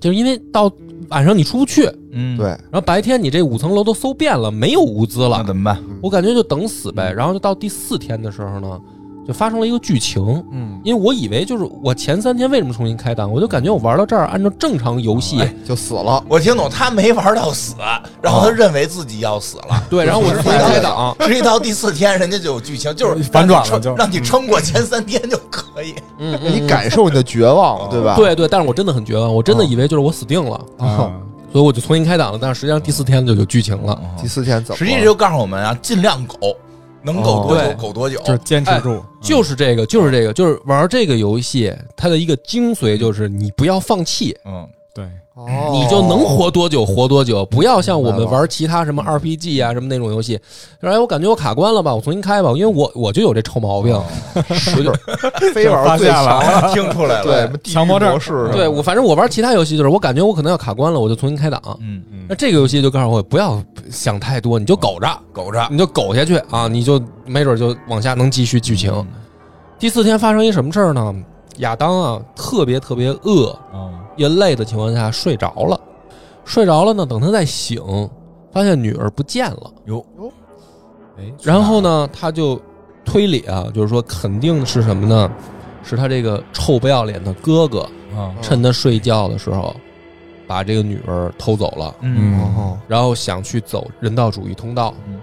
[SPEAKER 1] 就是因为到晚上你出不去，
[SPEAKER 2] 嗯，
[SPEAKER 3] 对，
[SPEAKER 1] 然后白天你这五层楼都搜遍了，没有物资
[SPEAKER 2] 那
[SPEAKER 1] 了，
[SPEAKER 2] 怎么办？
[SPEAKER 1] 我感觉就等死呗。然后就到第四天的时候呢，就发生了一个剧情，
[SPEAKER 4] 嗯，
[SPEAKER 1] 因为我以为就是我前三天为什么重新开档，我就感觉我玩到这儿，按照正常游戏，
[SPEAKER 2] 哎
[SPEAKER 3] 就死了。
[SPEAKER 2] 我听懂，他没玩到死，然后他认为自己要死了，
[SPEAKER 1] 对，然后我重新开档，
[SPEAKER 2] 实际到第四天，人家就有剧情，就是
[SPEAKER 4] 反转了
[SPEAKER 2] 让你
[SPEAKER 4] 就
[SPEAKER 2] 撑让你撑过前三天就可以。
[SPEAKER 1] 嗯，嗯
[SPEAKER 3] 你。感受你的绝望，对吧？
[SPEAKER 1] 嗯，对对，但是我真的很绝望，我真的以为就是我死定了，
[SPEAKER 3] 啊
[SPEAKER 4] 嗯
[SPEAKER 1] 所以我就重新开档了。但是实际上第四天就有剧情了，
[SPEAKER 2] 嗯
[SPEAKER 3] 第四天怎么了？
[SPEAKER 2] 实际就告诉我们啊，尽量苟，能苟多久
[SPEAKER 1] 哦
[SPEAKER 2] 苟多久。
[SPEAKER 4] 就是坚持住，
[SPEAKER 1] 就是是这个，就是这个，就是玩这个游戏，它的一个精髓就是你不要放弃，
[SPEAKER 2] 嗯，
[SPEAKER 4] 对，
[SPEAKER 3] 哦，
[SPEAKER 1] 你就能活多久活多久，不要像我们
[SPEAKER 3] 明白
[SPEAKER 1] 玩其他什么 RPG 啊什么那种游戏。说哎，我感觉我卡关了吧，我重新开吧，因为我我就有这臭毛病，我 就
[SPEAKER 3] 非玩最强
[SPEAKER 4] 发
[SPEAKER 3] 了，
[SPEAKER 2] 听出来
[SPEAKER 3] 对
[SPEAKER 2] 了，，
[SPEAKER 3] 地狱
[SPEAKER 4] 强迫症
[SPEAKER 3] 模式是吧
[SPEAKER 1] 对我反正我玩其他游戏就是我感觉我可能要卡关了，我就重新开档。
[SPEAKER 2] 嗯
[SPEAKER 1] 那这个游戏就告诉我不要想太多，你就苟着，
[SPEAKER 2] 狗着，
[SPEAKER 1] 你就苟下去啊，你就没准就往下能继续剧情。
[SPEAKER 4] 嗯
[SPEAKER 1] 第四天发生一什么事儿呢？亚当啊，特别特别饿，
[SPEAKER 4] 哦
[SPEAKER 2] 嗯
[SPEAKER 1] 也累的情况下睡着了，睡着了呢，等他再醒，发现女儿不见了。
[SPEAKER 2] 哎，
[SPEAKER 1] 然后呢，他就推理啊，就是说肯定是什么呢？是他这个臭不要脸的哥哥
[SPEAKER 4] 嗯
[SPEAKER 2] 啊？
[SPEAKER 1] 趁他睡觉的时候，把这个女儿偷走了，
[SPEAKER 4] 嗯
[SPEAKER 3] 哦，
[SPEAKER 1] 然后想去走人道主义通道。
[SPEAKER 2] 嗯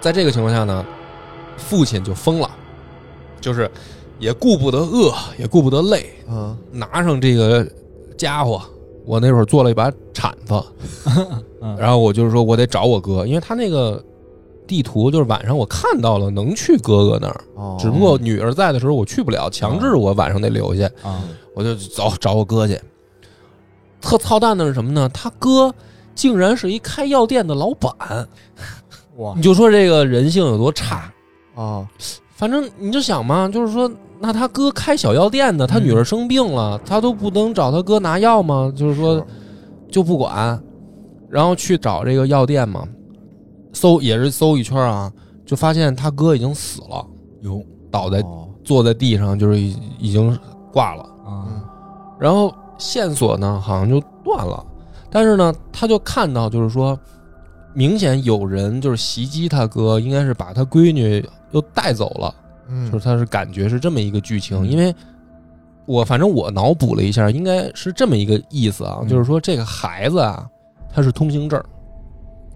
[SPEAKER 1] 在这个情况下呢，父亲就疯了，就是也顾不得饿，也顾不得累，
[SPEAKER 3] 嗯，
[SPEAKER 1] 拿上这个家伙，我那会儿做了一把铲子，
[SPEAKER 4] 嗯
[SPEAKER 1] 然后我就是说我得找我哥，因为他那个地图就是晚上我看到了能去哥哥那儿，
[SPEAKER 3] 哦
[SPEAKER 1] 只不过女儿在的时候我去不了，强制我晚上得留下，
[SPEAKER 4] 啊，
[SPEAKER 1] 我就走找我哥去。特操蛋的是什么呢？他哥竟然是一开药店的老板，
[SPEAKER 4] 哇
[SPEAKER 1] 你，就说这个人性有多差。
[SPEAKER 3] 哦，
[SPEAKER 1] 反正你就想嘛，就是说，那他哥开小药店
[SPEAKER 3] 嗯
[SPEAKER 1] 的，他女儿生病了，他都不能找他哥拿药吗？就是说
[SPEAKER 3] 是，
[SPEAKER 1] 就不管，然后去找这个药店嘛，搜也是搜一圈啊，就发现他哥已经死了，
[SPEAKER 2] 有
[SPEAKER 1] 倒在
[SPEAKER 3] 哦
[SPEAKER 1] 坐在地上，就是已已经挂了。
[SPEAKER 4] 啊，
[SPEAKER 1] 然后线索呢，好像就断了，但是呢，他就看到就是说，明显有人就是袭击他哥，应该是把他闺女又带走了。就
[SPEAKER 3] 嗯
[SPEAKER 1] 是他是感觉是这么一个剧情，
[SPEAKER 2] 嗯
[SPEAKER 1] 因为我反正我脑补了一下，应该是这么一个意思啊，
[SPEAKER 2] 嗯
[SPEAKER 1] 就是说这个孩子啊，他是通行证，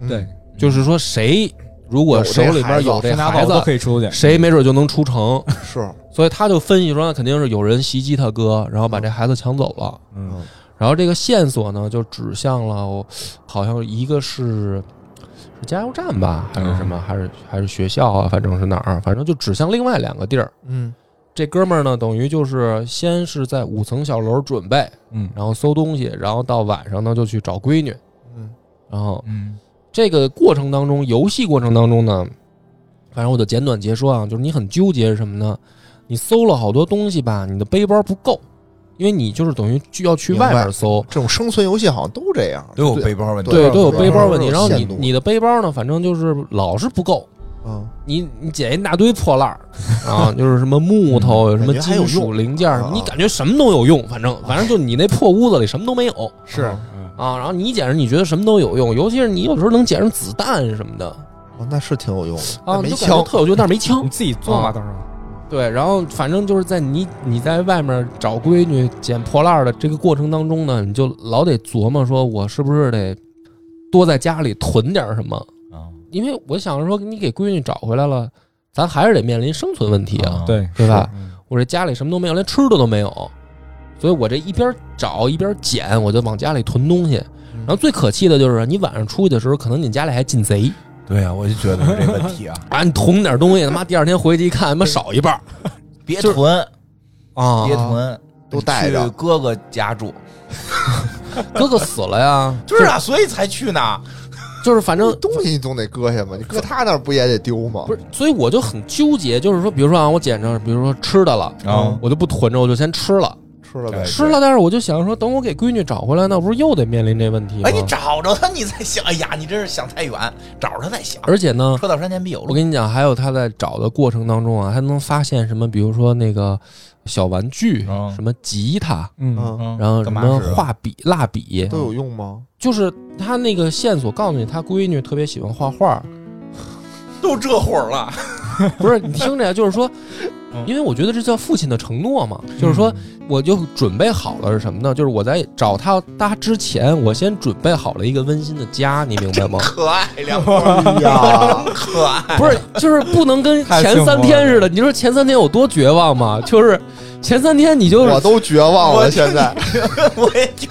[SPEAKER 3] 嗯
[SPEAKER 4] 对，
[SPEAKER 1] 就是说谁如果
[SPEAKER 3] 有这
[SPEAKER 1] 手里边有这
[SPEAKER 4] 谁拿
[SPEAKER 1] 孩
[SPEAKER 4] 宝
[SPEAKER 1] 子嗯
[SPEAKER 4] 都，可以出去，
[SPEAKER 1] 谁没准就能出城，
[SPEAKER 3] 是，
[SPEAKER 1] 所以他就分析说，那肯定是有人袭击他哥，然后把这孩子抢走了。
[SPEAKER 2] 嗯
[SPEAKER 3] 嗯
[SPEAKER 1] 然后这个线索呢，就指向了，好像一个是是加油站吧，还是什么，还是还是学校啊，反正是哪儿，反正就指向另外两个地儿。
[SPEAKER 3] 嗯
[SPEAKER 1] 这哥们儿呢，等于就是先是在五层小楼准备，
[SPEAKER 4] 嗯
[SPEAKER 1] 然后搜东西，然后到晚上呢就去找闺女，
[SPEAKER 3] 嗯，
[SPEAKER 1] 然后
[SPEAKER 2] 嗯
[SPEAKER 1] 这个过程当中，游戏过程当中呢，反正我就简短截说啊，就是你很纠结是什么呢？你搜了好多东西吧，你的背包不够，因为你就是等于就要去外
[SPEAKER 3] 明
[SPEAKER 1] 面
[SPEAKER 3] 白
[SPEAKER 1] 搜，
[SPEAKER 3] 这种生存游戏好像都这样，
[SPEAKER 2] 都有
[SPEAKER 3] 对，
[SPEAKER 2] 背包问题，
[SPEAKER 1] 对，
[SPEAKER 3] 对
[SPEAKER 1] 都有
[SPEAKER 3] 对
[SPEAKER 1] 背包问题。
[SPEAKER 3] 都有
[SPEAKER 1] 然后你
[SPEAKER 3] 限度
[SPEAKER 1] 你的背包呢，反正就是老是不够，
[SPEAKER 3] 嗯
[SPEAKER 1] 你你捡一大堆破烂儿啊，就是什么木头、什么
[SPEAKER 3] 嗯感觉还有
[SPEAKER 1] 金属
[SPEAKER 3] 用
[SPEAKER 1] 零件儿，
[SPEAKER 3] 啊
[SPEAKER 1] 你感觉什么都有用，反正反正就你那破屋子里什么都没有
[SPEAKER 4] 是嗯
[SPEAKER 1] 啊。然后你捡着你觉得什么都有用，尤其是你有时候能捡着子弹什么的
[SPEAKER 3] 哦，那是挺有用的，
[SPEAKER 1] 啊，
[SPEAKER 3] 但没
[SPEAKER 1] 你就感觉
[SPEAKER 3] 枪，
[SPEAKER 1] 特有用，但是没枪
[SPEAKER 4] 你。自己做
[SPEAKER 1] 啊
[SPEAKER 4] 吧，到时候
[SPEAKER 1] 对，然后反正就是在你你在外面找闺女、捡破烂儿的这个过程当中呢，你就老得琢磨说，我是不是得多在家里囤点儿什么？
[SPEAKER 2] 啊
[SPEAKER 1] 因为我想着说，你给闺女找回来了，咱还是得面临生存问题啊，
[SPEAKER 4] 对
[SPEAKER 1] 对吧？
[SPEAKER 4] 嗯
[SPEAKER 1] 我这家里什么都没有，连吃的都没有，所以我这一边找一边捡，我就往家里囤东西。
[SPEAKER 3] 嗯
[SPEAKER 1] 然后最可气的就是，你晚上出去的时候，可能你家里还进贼
[SPEAKER 2] 对呀，我就觉得有这问题啊，
[SPEAKER 1] 啊，你囤点东西，他妈第二天回去一看，他妈少一半儿
[SPEAKER 2] 别囤，
[SPEAKER 1] 啊
[SPEAKER 2] 别，囤，
[SPEAKER 3] 都带着
[SPEAKER 2] 去哥哥家住，
[SPEAKER 1] 哥哥死了呀，
[SPEAKER 2] 就是啊，所以才去呢，
[SPEAKER 1] 就是反 正
[SPEAKER 3] 东西你总得搁下吧，你搁他那儿不也得丢吗？
[SPEAKER 1] 不是，所以我就很纠结，就是说，比如说啊，我捡着，比如说吃的了，
[SPEAKER 2] 啊
[SPEAKER 1] 我就不囤着，我就先吃了。
[SPEAKER 3] 吃了呗
[SPEAKER 2] 哎，
[SPEAKER 1] 吃了，但是我就想说，等我给闺女找回来，那不是又得面临这问题吗？
[SPEAKER 2] 哎，你找着他，你再想。哎呀，你真是想太远，找着他再想。
[SPEAKER 1] 而且呢，
[SPEAKER 2] 车到山前必有
[SPEAKER 1] 我
[SPEAKER 2] 路。
[SPEAKER 1] 跟你讲，还有她在找的过程当中啊，还能发现什么，比如说那个小玩具，
[SPEAKER 2] 嗯
[SPEAKER 1] 什么吉他，
[SPEAKER 4] 嗯
[SPEAKER 3] 嗯，
[SPEAKER 1] 然后什
[SPEAKER 2] 干嘛啊
[SPEAKER 1] 么
[SPEAKER 2] 是
[SPEAKER 1] 画笔、蜡笔，
[SPEAKER 3] 都有用吗？
[SPEAKER 1] 就是她那个线索告诉你，她闺女特别喜欢画画。
[SPEAKER 2] 都这会儿了，
[SPEAKER 1] 不是你听着呀，就是说，因为我觉得这叫父亲的承诺嘛，就是说，
[SPEAKER 4] 嗯
[SPEAKER 1] 我就准备好了是什么呢？就是我在找他搭之前，我先准备好了一个温馨的家，你明白吗？
[SPEAKER 2] 可爱两口 儿
[SPEAKER 3] 哎呀，
[SPEAKER 2] 可爱。
[SPEAKER 1] 不是，就是不能跟
[SPEAKER 4] 太
[SPEAKER 1] 前
[SPEAKER 4] 幸福
[SPEAKER 1] 三
[SPEAKER 4] 了
[SPEAKER 1] 天似的。你说前三天有多绝望吗？就是前三天你就
[SPEAKER 3] 我都绝望了，现在
[SPEAKER 2] 我也就，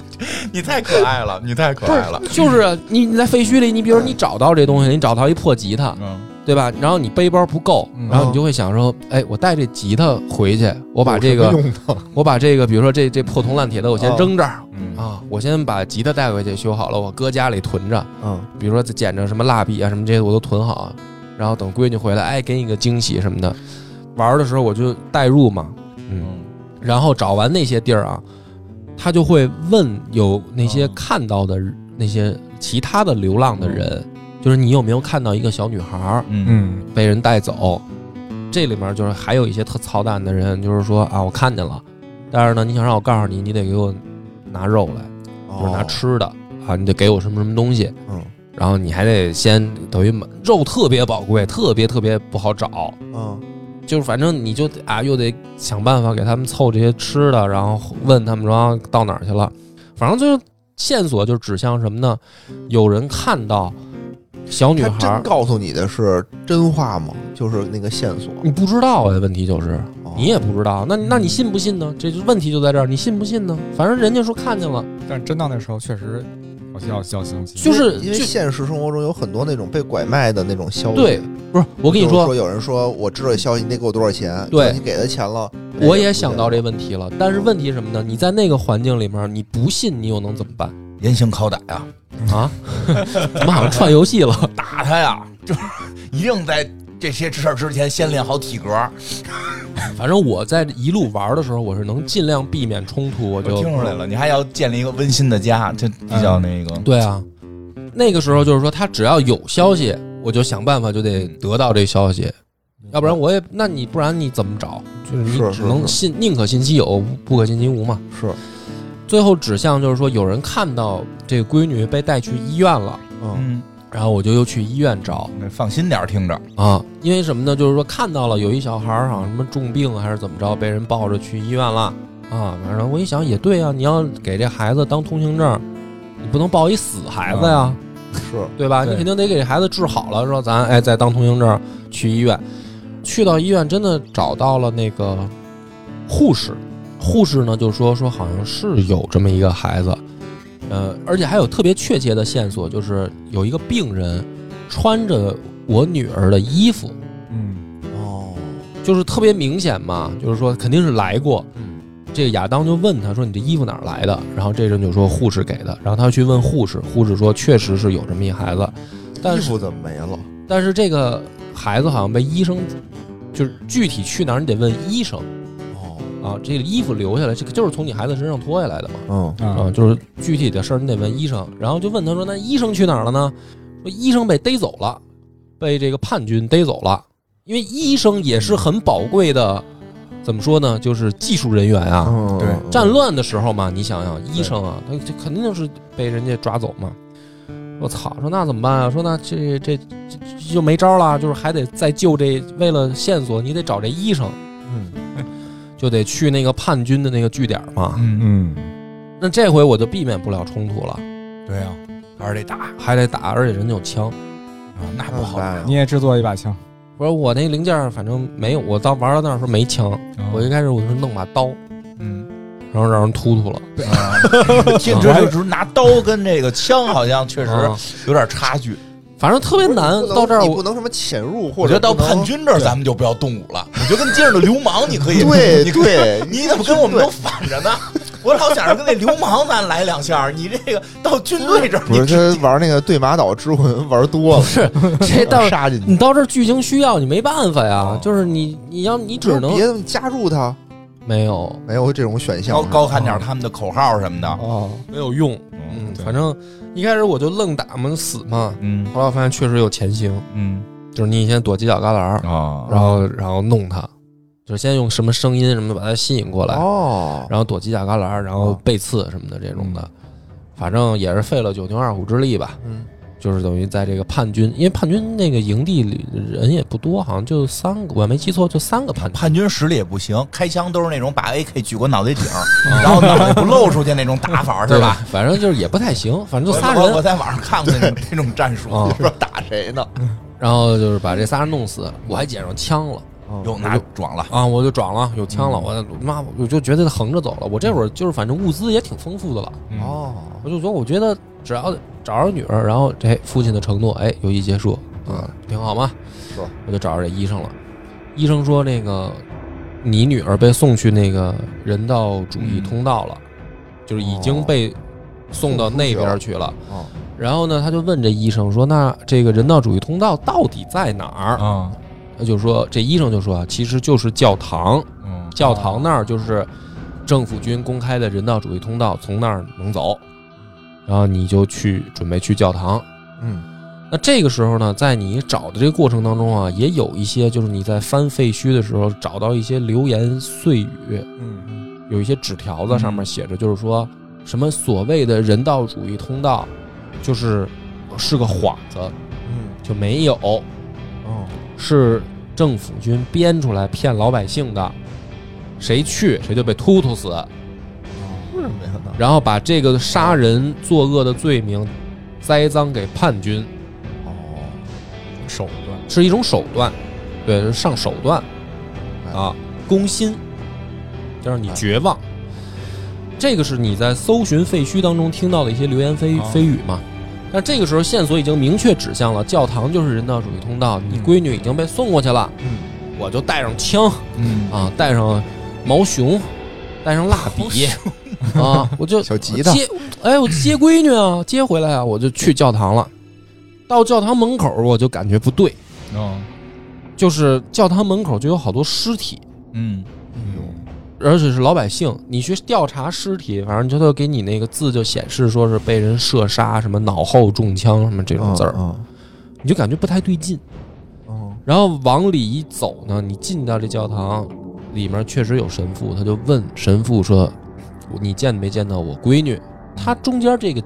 [SPEAKER 2] 你太可爱了，你太可
[SPEAKER 1] 不是
[SPEAKER 2] 爱了。，
[SPEAKER 1] 就是你你在废墟里，你比如你找到这东西，你找到一破吉他，
[SPEAKER 2] 嗯，
[SPEAKER 1] 对吧？然后你背包不够，
[SPEAKER 4] 嗯
[SPEAKER 1] 然后你就会想说，哎，我带这 吉他回去，我
[SPEAKER 3] 我
[SPEAKER 1] 把这个
[SPEAKER 3] 用的
[SPEAKER 1] 我把这个，比如说这这破铜烂铁的，我先
[SPEAKER 3] 哦
[SPEAKER 1] 扔这儿，
[SPEAKER 2] 嗯
[SPEAKER 1] 啊，我先把吉他带回去修好了，我搁家里囤着，
[SPEAKER 3] 嗯
[SPEAKER 1] 比如说捡着什么蜡笔啊什么这些我都囤好，然后等闺女回来，哎，给你个惊喜什么的。玩儿的时候我就代入嘛，嗯，
[SPEAKER 2] 嗯，
[SPEAKER 1] 然后找完那些地儿啊，他就会问有那些
[SPEAKER 2] 嗯
[SPEAKER 1] 看到的那些其他的流浪的人，就是你有没有看到一个小女孩儿
[SPEAKER 2] 嗯
[SPEAKER 4] 嗯
[SPEAKER 1] 被人带走？这里面就是还有一些特操蛋的人，就是说啊，我看见了，但是呢，你想让我告诉你，你得给我拿肉来，
[SPEAKER 3] 哦
[SPEAKER 1] 就是拿吃的、啊，你得给我什么什么东西，
[SPEAKER 3] 嗯
[SPEAKER 1] 然后你还得先等于买肉特别宝贵，特别特别不好找，
[SPEAKER 3] 嗯
[SPEAKER 1] 就是反正你就得啊，又得想办法给他们凑这些吃的，然后问他们说啊到哪儿去了，反正就是线索就指向什么呢？有人看到小女
[SPEAKER 3] 他
[SPEAKER 1] 孩
[SPEAKER 3] 真
[SPEAKER 1] 儿，
[SPEAKER 3] 告诉你的是真话吗？就是那个线索，
[SPEAKER 1] 你不知道啊呀？问题就是
[SPEAKER 3] 哦
[SPEAKER 1] 你也不知道，那那你信不信呢？这就问题就在这儿，你信不信呢？反正人家说看见了，
[SPEAKER 3] 哦
[SPEAKER 4] 但是真到那时候确实有些要要心机，
[SPEAKER 1] 就
[SPEAKER 3] 因为
[SPEAKER 1] 是
[SPEAKER 3] 因为
[SPEAKER 1] 就
[SPEAKER 3] 现实生活中有很多那种被拐卖的那种消息。
[SPEAKER 1] 对不是我
[SPEAKER 3] 我
[SPEAKER 1] 跟你
[SPEAKER 3] 说，
[SPEAKER 1] 说，
[SPEAKER 3] 有人说我知道这消息，你得给我多少钱？
[SPEAKER 1] 对
[SPEAKER 3] 就你给他钱了，哎
[SPEAKER 1] 我也想到这问题了，但是问题是什么呢？你在那个环境里面，你不信你又能怎么办
[SPEAKER 2] 严刑拷打呀，
[SPEAKER 1] 啊？ 怎么好像串游戏了？
[SPEAKER 2] 打他呀，就是一定在这些事儿之前先练好体格。
[SPEAKER 1] 反正我在一路玩的时候，我是能尽量避免冲突，我
[SPEAKER 2] 我
[SPEAKER 1] 就
[SPEAKER 2] 听出来了，你还要建立一个温馨的家，这比较那个，
[SPEAKER 1] 对啊，那个时候就是说，他只要有消息，我就想办法就得得到这消息，要不然我也，那你不然你怎么找？就是你
[SPEAKER 3] 是
[SPEAKER 1] 只
[SPEAKER 3] 是
[SPEAKER 1] 能
[SPEAKER 3] 是
[SPEAKER 1] 信，宁可信其有，不可信其无嘛。
[SPEAKER 3] 是，
[SPEAKER 1] 最后指向就是说，有人看到这个闺女被带去医院了，
[SPEAKER 3] 嗯
[SPEAKER 2] 嗯，
[SPEAKER 1] 然后我就又去医院找
[SPEAKER 2] 那嗯放心点儿听着，
[SPEAKER 1] 啊，因为什么呢？就是说看到了有一小孩儿好像什么重病啊还是怎么着，被人抱着去医院了啊。反正我一想也对啊，你要给这孩子当通行证，你不能抱一死孩子呀。
[SPEAKER 3] 是，
[SPEAKER 1] 对吧？
[SPEAKER 4] 对
[SPEAKER 1] 你肯定得给孩子治好了，说咱哎再当通行证去医院。去到医院，真的找到了那个护士，护士呢就说说好像是有这么一个孩子，呃，而且还有特别确切的线索，就是有一个病人穿着我女儿的衣服，
[SPEAKER 4] 嗯
[SPEAKER 3] 哦，
[SPEAKER 1] 就是特别明显嘛，就是说肯定是来过。这个亚当就问他说：“你这衣服哪儿来的？”然后这人就说：“护士给的。”然后他去问护士，护士说：“确实是有这么一孩子，但
[SPEAKER 3] 衣
[SPEAKER 1] 是
[SPEAKER 3] 服怎么没了？
[SPEAKER 1] 但是这个孩子好像被医生，就是具体去哪儿你得问医生
[SPEAKER 3] 哦，
[SPEAKER 1] 啊。这个衣服留下来，这个就是从你孩子身上脱下来的嘛
[SPEAKER 3] 嗯
[SPEAKER 1] 啊，
[SPEAKER 4] 啊，
[SPEAKER 1] 就是具体的事儿你得问医生。然后就问他说：“那医生去哪儿了呢？”说医生被逮走了，被这个叛军逮走了。因为医生也是很宝贵的，怎么说呢？就是技术人员啊，
[SPEAKER 3] 嗯，
[SPEAKER 4] 对
[SPEAKER 3] 嗯
[SPEAKER 1] 战乱的时候嘛，你想想，医生啊，他这肯定是被人家抓走嘛。我操，说那怎么办啊？说那这这这这就没招了，就是还得再救这，为了线索，你得找这医生，
[SPEAKER 3] 嗯
[SPEAKER 1] 就得去那个叛军的那个据点嘛。
[SPEAKER 2] 嗯，
[SPEAKER 4] 嗯，
[SPEAKER 1] 那这回我就避免不了冲突了，
[SPEAKER 3] 嗯
[SPEAKER 2] 对呀，还是得打
[SPEAKER 1] 还得打，而且人家有枪。
[SPEAKER 2] 啊，那不
[SPEAKER 3] 明
[SPEAKER 2] 好
[SPEAKER 3] 白
[SPEAKER 2] 打
[SPEAKER 3] 了，
[SPEAKER 4] 你也制作一把枪，
[SPEAKER 1] 我说我那零件反正没有，我到玩到那儿的时候没枪，我
[SPEAKER 4] 嗯
[SPEAKER 1] 一开始我就弄把刀，
[SPEAKER 2] 嗯，
[SPEAKER 1] 然后让人突突了。
[SPEAKER 2] 啊听着就是拿刀跟这个枪好像确实
[SPEAKER 1] 啊
[SPEAKER 2] 有点差距。
[SPEAKER 1] 反正特别难
[SPEAKER 3] 不，能
[SPEAKER 1] 到这儿
[SPEAKER 3] 你
[SPEAKER 1] 我
[SPEAKER 3] 不能什么潜入，或
[SPEAKER 2] 我觉
[SPEAKER 3] 者
[SPEAKER 2] 得到
[SPEAKER 3] 不能
[SPEAKER 2] 叛军这儿咱们就不要动武了，我觉得跟街上的流氓你可以，
[SPEAKER 3] 对
[SPEAKER 2] 你可 以
[SPEAKER 3] 对，
[SPEAKER 2] 你怎么跟我们都反着呢？我老想着跟那流氓咱来两下儿，你这个到军队这儿，
[SPEAKER 3] 不
[SPEAKER 2] 你
[SPEAKER 3] 是他玩那个对马岛之魂玩多了，
[SPEAKER 1] 是 这到
[SPEAKER 3] 杀进去，
[SPEAKER 1] 你到这儿剧情需要，你没办法呀
[SPEAKER 2] 哦，
[SPEAKER 1] 就是你你要你
[SPEAKER 3] 就
[SPEAKER 1] 只
[SPEAKER 3] 是
[SPEAKER 1] 能
[SPEAKER 3] 别加入他，
[SPEAKER 1] 没有
[SPEAKER 3] 没有这种选项
[SPEAKER 2] 高。高喊点儿他们的口号什么的。
[SPEAKER 1] 啊
[SPEAKER 4] 哦，
[SPEAKER 1] 没有用，
[SPEAKER 2] 嗯
[SPEAKER 1] 嗯，
[SPEAKER 4] 对
[SPEAKER 1] 反正一开始我就愣打嘛死嘛，
[SPEAKER 2] 嗯
[SPEAKER 1] 后来我发现确实有前行，
[SPEAKER 2] 嗯
[SPEAKER 1] 就是你先躲犄角旮旯儿，
[SPEAKER 2] 啊
[SPEAKER 1] 然后然后弄他，就是先用什么声音什么把他吸引过来，
[SPEAKER 3] 哦，
[SPEAKER 1] 然后躲犄角旮旯儿，然后背刺什么的这种的，反正也是费了九牛二虎之力吧，
[SPEAKER 3] 嗯，
[SPEAKER 1] 就是等于在这个叛军，因为叛军那个营地里人也不多，好像就三个，我没记错，就三个叛军，
[SPEAKER 2] 叛军实力也不行，开枪都是那种把 AK 举过脑袋顶儿，然后脑袋不露出去那种打法儿是吧？
[SPEAKER 1] 对？反正就是也不太行，反正
[SPEAKER 2] 我
[SPEAKER 1] 就仨
[SPEAKER 2] 我我
[SPEAKER 1] 人。
[SPEAKER 2] 在网上看过那种那种战术，
[SPEAKER 1] 啊
[SPEAKER 3] 不知道打谁呢？
[SPEAKER 1] 然后就是把这仨人弄死，我还捡上枪了嗯
[SPEAKER 2] 又拿装了。
[SPEAKER 1] 啊！我就装了，有枪了，我妈我就觉得横着走了。我这会儿就是反正物资也挺丰富的了，
[SPEAKER 4] 嗯
[SPEAKER 3] 哦，
[SPEAKER 1] 我就说我觉得只要找着女儿，然后这父亲的承诺，哎，有一结束啊，挺好嘛。
[SPEAKER 3] 是
[SPEAKER 1] 我就找着这医生了，医生说那个你女儿被送去那个人道主义通道了，就是已经被嗯哦送到那边去了。
[SPEAKER 3] 哦，
[SPEAKER 1] 然后呢，他就问这医生说：“那这个人道主义通道到底在哪儿
[SPEAKER 2] 嗯？”
[SPEAKER 1] 他就说：“这医生就说啊，其实就是教堂，
[SPEAKER 2] 嗯
[SPEAKER 1] 教堂那儿就是政府军公开的人道主义通道，从那儿能走。然后你就去准备去教堂。
[SPEAKER 3] 嗯
[SPEAKER 1] 那这个时候呢，在你找的这个过程当中啊，也有一些就是你在翻废墟的时候找到一些流言碎语，
[SPEAKER 3] 嗯
[SPEAKER 1] 有一些纸条子上面写着，就是说什么所谓的人道主义通道，就是是个幌子，
[SPEAKER 3] 嗯
[SPEAKER 1] 就没有，
[SPEAKER 3] 哦，
[SPEAKER 1] 是政府军编出来骗老百姓的，谁去谁就被突突死，
[SPEAKER 3] 为什么呀？那
[SPEAKER 1] 然后把这个杀人作恶的罪名栽赃给叛军，
[SPEAKER 3] 哦，
[SPEAKER 4] 手段，
[SPEAKER 1] 是一种手段，对，是上手段啊，攻心，就让你绝望。这个是你在搜寻废墟当中听到的一些流言蜚
[SPEAKER 4] 哦
[SPEAKER 1] 蜚语嘛？但这个时候线索已经明确指向了教堂就是人道主义通道，你
[SPEAKER 4] 嗯
[SPEAKER 1] 闺女已经被送过去了，
[SPEAKER 3] 嗯，
[SPEAKER 1] 我就带上枪，
[SPEAKER 2] 嗯
[SPEAKER 1] 啊，带上毛熊，带上蜡笔啊，我就
[SPEAKER 3] 小吉他
[SPEAKER 1] 接，哎，我接闺女啊，接回来啊，我就去教堂了。到教堂门口，我就感觉不对，
[SPEAKER 2] 嗯
[SPEAKER 1] 就是教堂门口就有好多尸体，
[SPEAKER 2] 嗯
[SPEAKER 1] 而且是老百姓。你去调查尸体，反正就他给你那个字就显示说是被人射杀，什么脑后中枪什么这
[SPEAKER 3] 这
[SPEAKER 1] 种字儿，
[SPEAKER 3] 嗯
[SPEAKER 1] 你就感觉不太对劲。
[SPEAKER 3] 哦
[SPEAKER 1] 然后往里一走呢，你进到这教堂里面，确实有神父，他就问神父说：“你见没见到我闺女？”他中间这个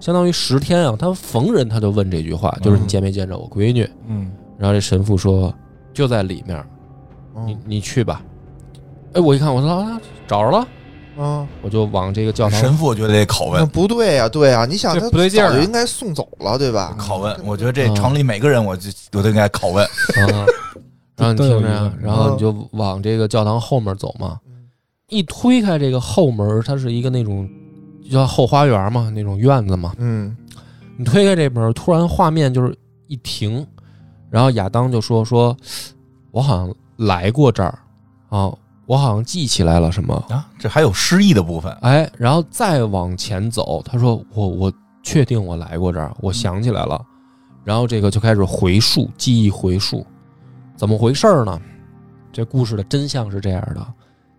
[SPEAKER 1] 相当于十天啊，他逢人他就问这句话，就是你见没见着我闺女？
[SPEAKER 4] 嗯，
[SPEAKER 1] 然后这神父说：“就在里面，你
[SPEAKER 3] 哦
[SPEAKER 1] 你去吧。”哎，我一看，我说啊，找着了，
[SPEAKER 3] 啊，
[SPEAKER 1] 我就往这个教堂
[SPEAKER 2] 神父觉得得拷
[SPEAKER 3] 那
[SPEAKER 2] 问，
[SPEAKER 3] 不对呀，对呀，你想
[SPEAKER 4] 这
[SPEAKER 3] 他
[SPEAKER 4] 不对劲儿啊
[SPEAKER 3] 早就应该送走了，对吧？嗯
[SPEAKER 2] 拷问。我觉得这城里每个人，我就我都应该拷问。
[SPEAKER 1] 啊，然后你
[SPEAKER 4] 都有
[SPEAKER 1] 听着
[SPEAKER 4] 一
[SPEAKER 1] 呀
[SPEAKER 4] 个，嗯
[SPEAKER 1] 然后你就往这个教堂后面走嘛。一推开这个后门，它是一个那种叫后花园嘛，那种院子嘛。
[SPEAKER 3] 嗯
[SPEAKER 1] 你推开这门，突然画面就是一停，然后亚当就说：“说我好像来过这儿啊，我好像记起来了什么。
[SPEAKER 2] 啊，这还有失忆的部分”。
[SPEAKER 1] 哎，然后再往前走，他说：“我我确定我来过这儿，我想起来了。”然后这个就开始回溯，记忆回溯，怎么回事儿呢？这故事的真相是这样的：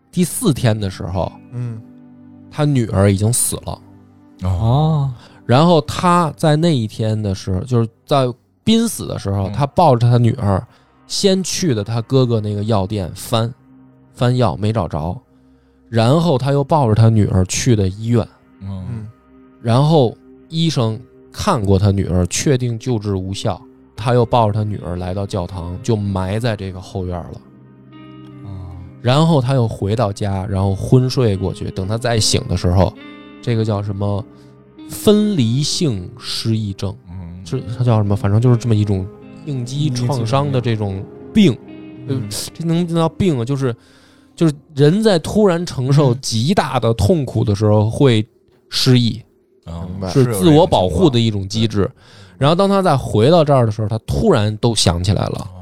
[SPEAKER 1] 第四天的时候，
[SPEAKER 3] 嗯
[SPEAKER 1] 他女儿已经死了。
[SPEAKER 4] 哦，
[SPEAKER 1] 然后他在那一天的时候，就是在濒死的时候，
[SPEAKER 2] 嗯
[SPEAKER 1] 他抱着他女儿，先去的他哥哥那个药店翻，翻药没找着，然后他又抱着他女儿去的医院，
[SPEAKER 2] 嗯
[SPEAKER 3] 嗯
[SPEAKER 1] 然后医生看过他女儿，确定救治无效，他又抱着他女儿来到教堂，就埋在这个后院了。
[SPEAKER 4] 啊
[SPEAKER 1] 然后他又回到家，然后昏睡过去。等他再醒的时候，这个叫什么分离性失忆症。
[SPEAKER 2] 嗯，
[SPEAKER 1] 这它叫什么？反正就是这么一种应激创伤的这种病，
[SPEAKER 3] 嗯
[SPEAKER 1] 这能叫病啊？就是就是人在突然承受
[SPEAKER 2] 嗯
[SPEAKER 1] 极大的痛苦的时候会失忆，
[SPEAKER 2] 明
[SPEAKER 3] 白
[SPEAKER 1] 是自我保护的一种机制。然后当他再回到这儿的时候，他突然都想起来了。
[SPEAKER 2] 嗯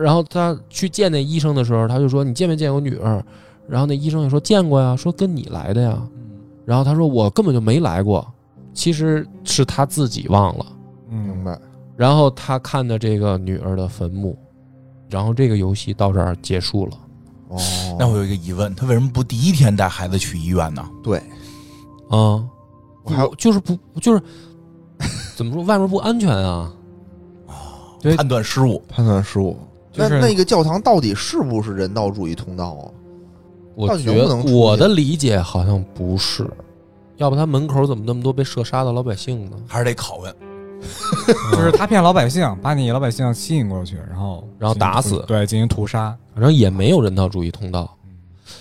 [SPEAKER 1] 然后他去见那医生的时候，他就说：“你见没见我女儿？”然后那医生就说：“见过呀，说跟你来的呀。”然后他说：“我根本就没来过，其实是他自己忘了。”
[SPEAKER 4] 嗯
[SPEAKER 3] 明白。
[SPEAKER 1] 然后他看的这个女儿的坟墓，然后这个游戏到这儿结束了。
[SPEAKER 3] 哦，
[SPEAKER 2] 那我有一个疑问，他为什么不第一天带孩子去医院呢？
[SPEAKER 3] 对，
[SPEAKER 1] 嗯，
[SPEAKER 3] 我还
[SPEAKER 1] 不就是不就是 怎么说外面不安全啊？哎
[SPEAKER 4] 对
[SPEAKER 2] 判断失误，
[SPEAKER 3] 判断失误。
[SPEAKER 4] 就是
[SPEAKER 3] 那那个教堂到底是不是人道主义通道啊？
[SPEAKER 1] 我
[SPEAKER 3] 到底
[SPEAKER 1] 觉
[SPEAKER 3] 能不
[SPEAKER 1] 得
[SPEAKER 3] 能出去
[SPEAKER 1] 我的理解好像不是，要不他门口怎么那么多被射杀的老百姓呢？
[SPEAKER 2] 还是得拷问？
[SPEAKER 4] 就是他骗老百姓，把你老百姓吸引过去，然后
[SPEAKER 1] 然后打死
[SPEAKER 4] 对，进行屠杀。
[SPEAKER 1] 反正也没有人道主义通道
[SPEAKER 4] 嗯，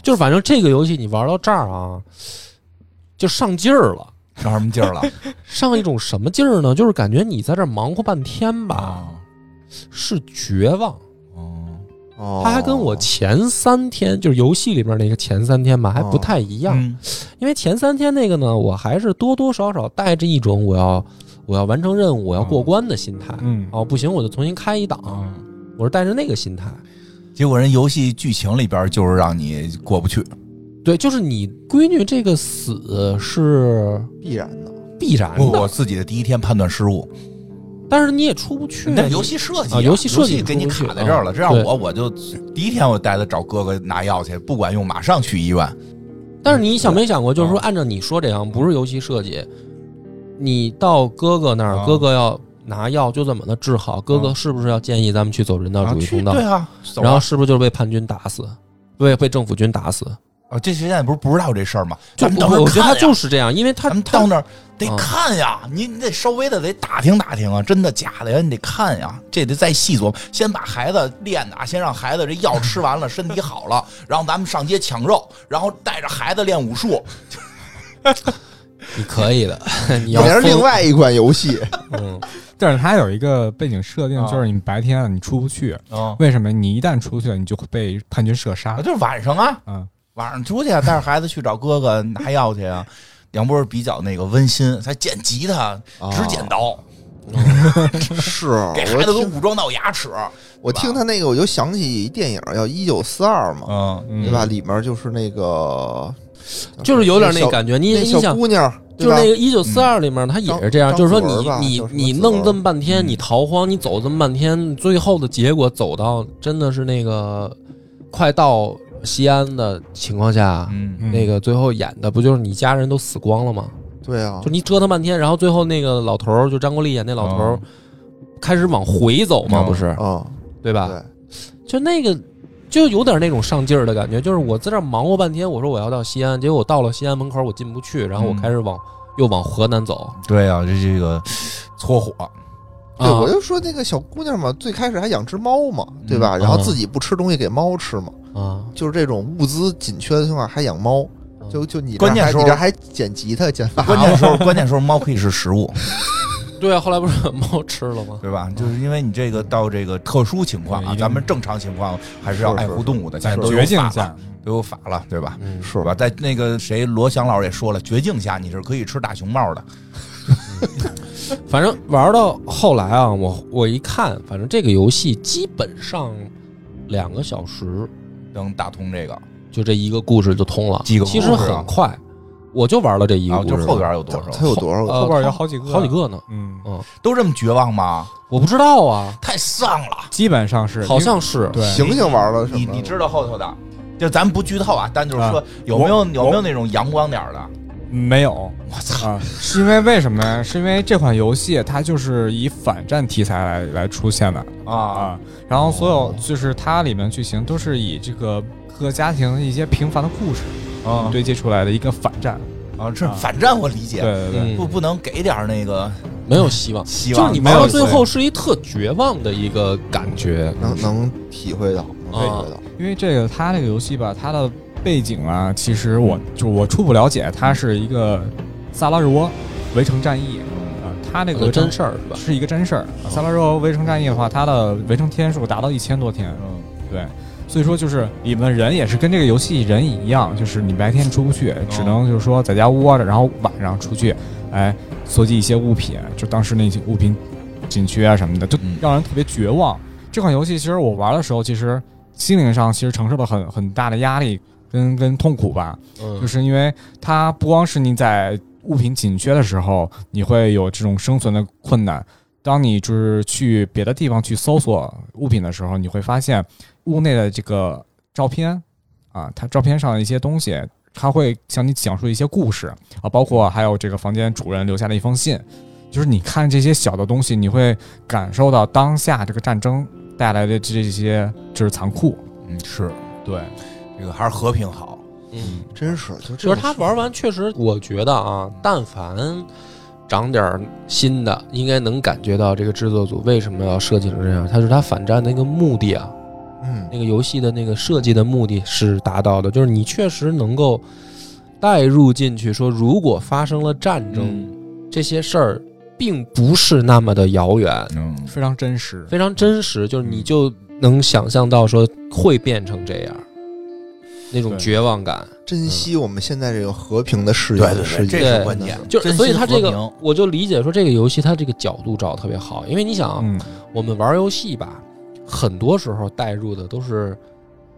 [SPEAKER 1] 就是反正这个游戏你玩到这儿啊，就上劲儿了。
[SPEAKER 2] 上什么劲儿了？
[SPEAKER 1] 上一种什么劲儿呢？就是感觉你在这儿忙活半天 吧，
[SPEAKER 2] 啊，
[SPEAKER 1] 是绝望。
[SPEAKER 2] 嗯，
[SPEAKER 3] 哦，
[SPEAKER 1] 他还跟我前三天就是游戏里边那个前三天吧，还
[SPEAKER 3] 哦
[SPEAKER 1] 不太一样，
[SPEAKER 2] 嗯
[SPEAKER 1] 因为前三天那个呢，我还是多多少少带着一种我要我要完成任务、我要过关的心态。
[SPEAKER 4] 嗯，
[SPEAKER 1] 哦，不行，我就重新开一档。
[SPEAKER 2] 嗯，
[SPEAKER 1] 我是带着那个心态，
[SPEAKER 2] 结果人游戏剧情里边就是让你过不去，
[SPEAKER 1] 对，就是你闺女这个死是
[SPEAKER 3] 必然的。
[SPEAKER 1] 必然
[SPEAKER 2] 我我
[SPEAKER 1] 的，
[SPEAKER 2] 自己的第一天判断失误，
[SPEAKER 1] 但是你也出不去。
[SPEAKER 2] 那游戏设计、
[SPEAKER 1] 啊游戏设计
[SPEAKER 2] 给你
[SPEAKER 1] 出不去
[SPEAKER 2] 卡在这儿了。
[SPEAKER 1] 嗯
[SPEAKER 2] 这让
[SPEAKER 1] 对
[SPEAKER 2] 我我就第一天我带他找哥哥拿药去，不管用，马上去医院。
[SPEAKER 1] 但是你想没想过，就是
[SPEAKER 2] 嗯
[SPEAKER 1] 说按照你说这样，不是游戏设计，你到哥哥那儿，
[SPEAKER 2] 啊
[SPEAKER 1] 哥哥要拿药就怎么的治好，哥哥是不是要建议咱们去走人道
[SPEAKER 2] 嗯啊
[SPEAKER 1] 主义
[SPEAKER 2] 去
[SPEAKER 1] 通道
[SPEAKER 2] 对？啊，走啊
[SPEAKER 1] 然后是不是就是被叛军打死，被被政府军打死？
[SPEAKER 2] 啊，这现在不是不知道这事儿吗？
[SPEAKER 1] 就
[SPEAKER 2] 咱们等会
[SPEAKER 1] 我
[SPEAKER 2] 儿
[SPEAKER 1] 我觉得
[SPEAKER 2] 看
[SPEAKER 1] 他
[SPEAKER 2] 呀
[SPEAKER 1] 就是这样，因为他
[SPEAKER 2] 咱们
[SPEAKER 1] 他
[SPEAKER 2] 到那儿得
[SPEAKER 1] 啊
[SPEAKER 2] 看呀，你你得稍微的得打听打听啊，真的假的呀？你得看呀，这得再细琢磨。先把孩子练的啊，先让孩子这药吃完了，身体好了，然后咱们上街抢肉，然后带着孩子练武术。
[SPEAKER 1] 你可以的， 你要
[SPEAKER 3] 那是
[SPEAKER 1] 疯
[SPEAKER 3] 另外一款游戏，
[SPEAKER 1] 嗯
[SPEAKER 4] 但是它有一个背景设定
[SPEAKER 1] 哦
[SPEAKER 2] 啊，
[SPEAKER 4] 就是你白天啊你出不去，
[SPEAKER 2] 啊，
[SPEAKER 4] 为什么？你一旦出去，你就会被叛军射杀。
[SPEAKER 2] 就是晚上啊，
[SPEAKER 4] 嗯，
[SPEAKER 2] 晚上出去啊，带着孩子去找哥哥拿药去啊。梁波比较那个温馨，他剪吉他只剪刀，
[SPEAKER 3] 是
[SPEAKER 2] 给孩子
[SPEAKER 3] 我
[SPEAKER 2] 都
[SPEAKER 3] 听
[SPEAKER 2] 武装到牙齿。
[SPEAKER 3] 我听他那个，我就想起一电影叫《一九四二》嘛，
[SPEAKER 2] 嗯，
[SPEAKER 4] 嗯
[SPEAKER 3] 对吧？？里面就是那个，
[SPEAKER 1] 就是有点那
[SPEAKER 3] 小
[SPEAKER 1] 感觉。你
[SPEAKER 3] 那
[SPEAKER 1] 你
[SPEAKER 3] 小
[SPEAKER 1] 想，
[SPEAKER 3] 姑娘，
[SPEAKER 1] 就是那
[SPEAKER 3] 对吧嗯
[SPEAKER 1] 个一九四二里面，他也是这样，
[SPEAKER 3] 张
[SPEAKER 1] 就是说
[SPEAKER 3] 张子文吧
[SPEAKER 1] 你
[SPEAKER 3] 叫什么
[SPEAKER 1] 你你
[SPEAKER 3] 子文
[SPEAKER 1] 弄这么半
[SPEAKER 3] 嗯
[SPEAKER 1] 天，你逃荒，你走这么半天，最后的结果走到真的是那个快到西安的情况下，
[SPEAKER 2] 嗯
[SPEAKER 4] 嗯
[SPEAKER 1] 那个最后演的不就是你家人都死光了吗？
[SPEAKER 3] 对啊
[SPEAKER 1] 就，你折腾半天，然后最后那个老头儿，就张国立演那老头儿
[SPEAKER 2] 哦，
[SPEAKER 1] 开始往回走嘛，
[SPEAKER 2] 哦
[SPEAKER 1] 不是
[SPEAKER 3] 啊，
[SPEAKER 1] 对吧？
[SPEAKER 3] 对，
[SPEAKER 1] 就那个就有点那种上劲儿的感觉，就是我在这儿忙活半天，我说我要到西安，结果我到了西安门口我进不去，然后我
[SPEAKER 2] 嗯
[SPEAKER 1] 开始往、又往河南走。
[SPEAKER 2] 对啊，这这个 搓火，
[SPEAKER 3] 对，
[SPEAKER 1] 啊
[SPEAKER 3] 我就说那个小姑娘嘛，最开始还养只猫嘛，对吧？
[SPEAKER 1] 嗯
[SPEAKER 3] 然后
[SPEAKER 1] 啊
[SPEAKER 3] 自己不吃东西给猫吃嘛，
[SPEAKER 1] 啊，
[SPEAKER 3] 就是这种物资紧缺的情况下还养猫，就就你这
[SPEAKER 2] 嗯关键
[SPEAKER 3] 还
[SPEAKER 2] 时候
[SPEAKER 3] 你这还捡吉他捡法，
[SPEAKER 2] 关键时候 关键时候猫可以是食物，
[SPEAKER 1] 对啊，后来不是猫吃了吗？
[SPEAKER 2] 对吧？就是因为你这个到这个特殊情况
[SPEAKER 4] 对一，
[SPEAKER 2] 啊
[SPEAKER 4] 定
[SPEAKER 2] 咱们正常情况还是要
[SPEAKER 3] 是是
[SPEAKER 2] 爱护动物的，
[SPEAKER 4] 在
[SPEAKER 2] 现在都有
[SPEAKER 4] 绝境
[SPEAKER 2] 法
[SPEAKER 4] 下
[SPEAKER 2] 了，，都有法了，对吧？
[SPEAKER 1] 嗯，
[SPEAKER 2] 是吧？在那个谁罗翔老师也说了，绝境下你是可以吃大熊猫的。
[SPEAKER 1] 反正玩到后来啊，我我一看，反正这个游戏基本上两个小时
[SPEAKER 2] 能打通这个，
[SPEAKER 1] 就这一个故事就通了，
[SPEAKER 2] 几个故事
[SPEAKER 1] 其
[SPEAKER 2] 啊
[SPEAKER 1] 实很快，我就玩了这一个
[SPEAKER 2] 然后
[SPEAKER 1] 故事，
[SPEAKER 2] 就是后边有多少
[SPEAKER 3] 它有多少个？
[SPEAKER 1] 呃
[SPEAKER 4] 后边有好几个，
[SPEAKER 1] 好几。个呢。
[SPEAKER 4] 嗯，
[SPEAKER 1] 嗯，
[SPEAKER 2] 都这么绝望吗？
[SPEAKER 1] 我不知道啊，
[SPEAKER 2] 太丧了。
[SPEAKER 4] 基本上是，
[SPEAKER 1] 好
[SPEAKER 4] 因
[SPEAKER 1] 像是
[SPEAKER 4] 为对，
[SPEAKER 3] 醒醒玩了什么？
[SPEAKER 2] 你你知道后头的，就咱不剧透啊，但就是说有没有有没有那种阳光点儿的？
[SPEAKER 4] 没有
[SPEAKER 2] 我操！
[SPEAKER 4] 啊，是因为为什么呀？是因为这款游戏它就是以反战题材来来出现的
[SPEAKER 2] 啊，
[SPEAKER 4] 啊，然后所有就是它里面剧情都是以这个各个家庭的一些平凡的故事
[SPEAKER 2] 啊
[SPEAKER 4] 堆积出来的一个反战，
[SPEAKER 2] 啊，这反战我理
[SPEAKER 4] 对
[SPEAKER 2] 解，
[SPEAKER 4] 对对，
[SPEAKER 1] 嗯
[SPEAKER 2] 不不能给点儿那个
[SPEAKER 1] 没有希望。
[SPEAKER 2] 希
[SPEAKER 1] 就是
[SPEAKER 2] 望。
[SPEAKER 1] 你
[SPEAKER 4] 没
[SPEAKER 1] 玩
[SPEAKER 4] 有
[SPEAKER 1] 到最后是一特绝望的一个感觉，
[SPEAKER 3] 能能体会到，
[SPEAKER 1] 啊
[SPEAKER 3] 能
[SPEAKER 2] 嗯
[SPEAKER 3] 体会到。
[SPEAKER 4] 因为这个它这个游戏吧，它的背景啊，其实我就我初步了解，它是一个萨拉热窝围城战役
[SPEAKER 2] 嗯
[SPEAKER 4] 啊，它这
[SPEAKER 1] 这
[SPEAKER 2] 哦
[SPEAKER 4] 个
[SPEAKER 1] 个真事儿是吧？
[SPEAKER 4] 是一个真事儿。啊萨拉热窝围城战役的话，它的围城天数达到一千多天，
[SPEAKER 2] 嗯
[SPEAKER 4] 对，所以说就是里面的人也是跟这个游戏人一样，就是你白天出不去，只能就是说在家窝着，然后晚上出去，哎，搜集一些物品，就当时那些物品紧缺啊什么的，就
[SPEAKER 2] 嗯
[SPEAKER 4] 让人特别绝望。这款游戏其实我玩的时候，其实心灵上其实承受了很很大的压力跟跟痛苦吧，
[SPEAKER 1] 嗯
[SPEAKER 4] 就是因为它不光是你在物品紧缺的时候，你会有这种生存的困难。当你就是去别的地方去搜索物品的时候，你会发现屋内的这个照片啊，它照片上的一些东西，它会向你讲述一些故事啊，包括还有这个房间主人留下的一封信。就是你看这些小的东西，你会感受到当下这个战争带来的这些就是残酷。
[SPEAKER 2] 嗯，是
[SPEAKER 4] 对，
[SPEAKER 2] 这个还是和平好。
[SPEAKER 1] 嗯，
[SPEAKER 3] 真是，就这
[SPEAKER 1] 就
[SPEAKER 3] 种
[SPEAKER 1] 是他玩完确实，我觉得啊，但凡长点儿心的，应该能感觉到这个制作组为什么要设计成这样。他是他反战的那个目的啊，
[SPEAKER 3] 嗯，
[SPEAKER 1] 那个游戏的那个设计的目的是达到的，就是你确实能够带入进去，说如果发生了战争，这些事儿并不是那么的遥远，
[SPEAKER 2] 嗯，
[SPEAKER 4] 非常真实。
[SPEAKER 1] 非常真实，就是你就能想象到说会变成这样，那种
[SPEAKER 4] 对
[SPEAKER 1] 绝望感。
[SPEAKER 3] 珍惜我们现在这个和平的哦世界，
[SPEAKER 2] 对对对
[SPEAKER 3] 世界
[SPEAKER 2] 这是关键
[SPEAKER 1] 就
[SPEAKER 2] 真
[SPEAKER 1] 是所以
[SPEAKER 2] 心
[SPEAKER 1] 他
[SPEAKER 2] 和
[SPEAKER 1] 这个
[SPEAKER 2] 平，
[SPEAKER 1] 我就理解说这个游戏它这个角度找得特别好，因为你想啊，
[SPEAKER 4] 嗯，
[SPEAKER 1] 我们玩游戏吧，很多时候带入的都是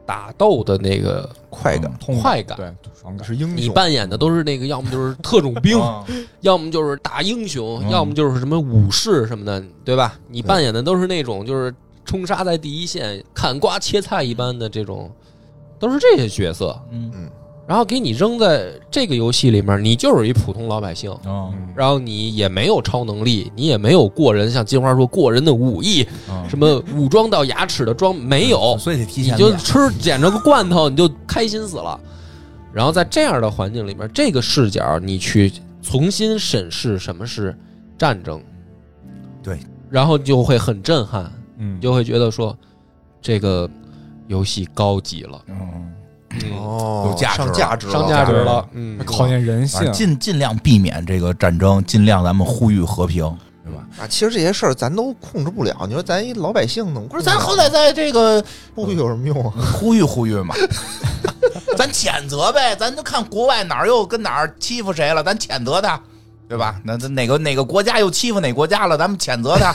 [SPEAKER 1] 打斗的那个
[SPEAKER 3] 快感
[SPEAKER 4] 嗯痛
[SPEAKER 1] 快感
[SPEAKER 4] 对爽感。
[SPEAKER 3] 是英
[SPEAKER 1] 你
[SPEAKER 3] 雄，
[SPEAKER 1] 扮演的都是那个，要么就是特种兵，
[SPEAKER 2] 啊
[SPEAKER 1] 要么就是大英雄，
[SPEAKER 4] 嗯
[SPEAKER 1] 要么就是什么武士什么的，对吧？你
[SPEAKER 3] 对
[SPEAKER 1] 扮演的都是那种就是冲杀在第一线、砍瓜切菜一般的这种，都是这些角色。
[SPEAKER 2] 嗯
[SPEAKER 1] 然后给你扔在这个游戏里面，你就是一普通老百姓，
[SPEAKER 4] 嗯，
[SPEAKER 1] 然后你也没有超能力，你也没有过人，像金花说过人的武艺，
[SPEAKER 4] 嗯
[SPEAKER 1] 什么武装到牙齿的装没有，
[SPEAKER 2] 所以得提
[SPEAKER 1] 你
[SPEAKER 2] 前
[SPEAKER 1] 就
[SPEAKER 2] 练
[SPEAKER 1] 吃捡着个罐头你就开心死了。然后在这样的环境里面，这个视角你去重新审视什么是战争，
[SPEAKER 2] 对，
[SPEAKER 1] 然后就会很震撼，
[SPEAKER 4] 嗯
[SPEAKER 1] 你就会觉得说这个游戏高级了，
[SPEAKER 4] 嗯，
[SPEAKER 1] 嗯，
[SPEAKER 3] 哦，
[SPEAKER 2] 有价值
[SPEAKER 3] 上价值了，
[SPEAKER 1] 上价值了，嗯，
[SPEAKER 4] 考验人性
[SPEAKER 2] 反正。尽尽量避免这个战争，尽量咱们呼吁和平，对吧？
[SPEAKER 3] 啊！其实这些事儿咱都控制不了，你说咱一老百姓呢，不
[SPEAKER 2] 不是，咱好歹在这个
[SPEAKER 3] 不会有什么用啊？
[SPEAKER 2] 呼吁呼吁嘛， 咱谴责呗，咱就看国外哪儿又跟哪儿欺负谁了，咱谴责他，对吧？那咱哪个哪个国家又欺负哪国家了，咱们谴责 他，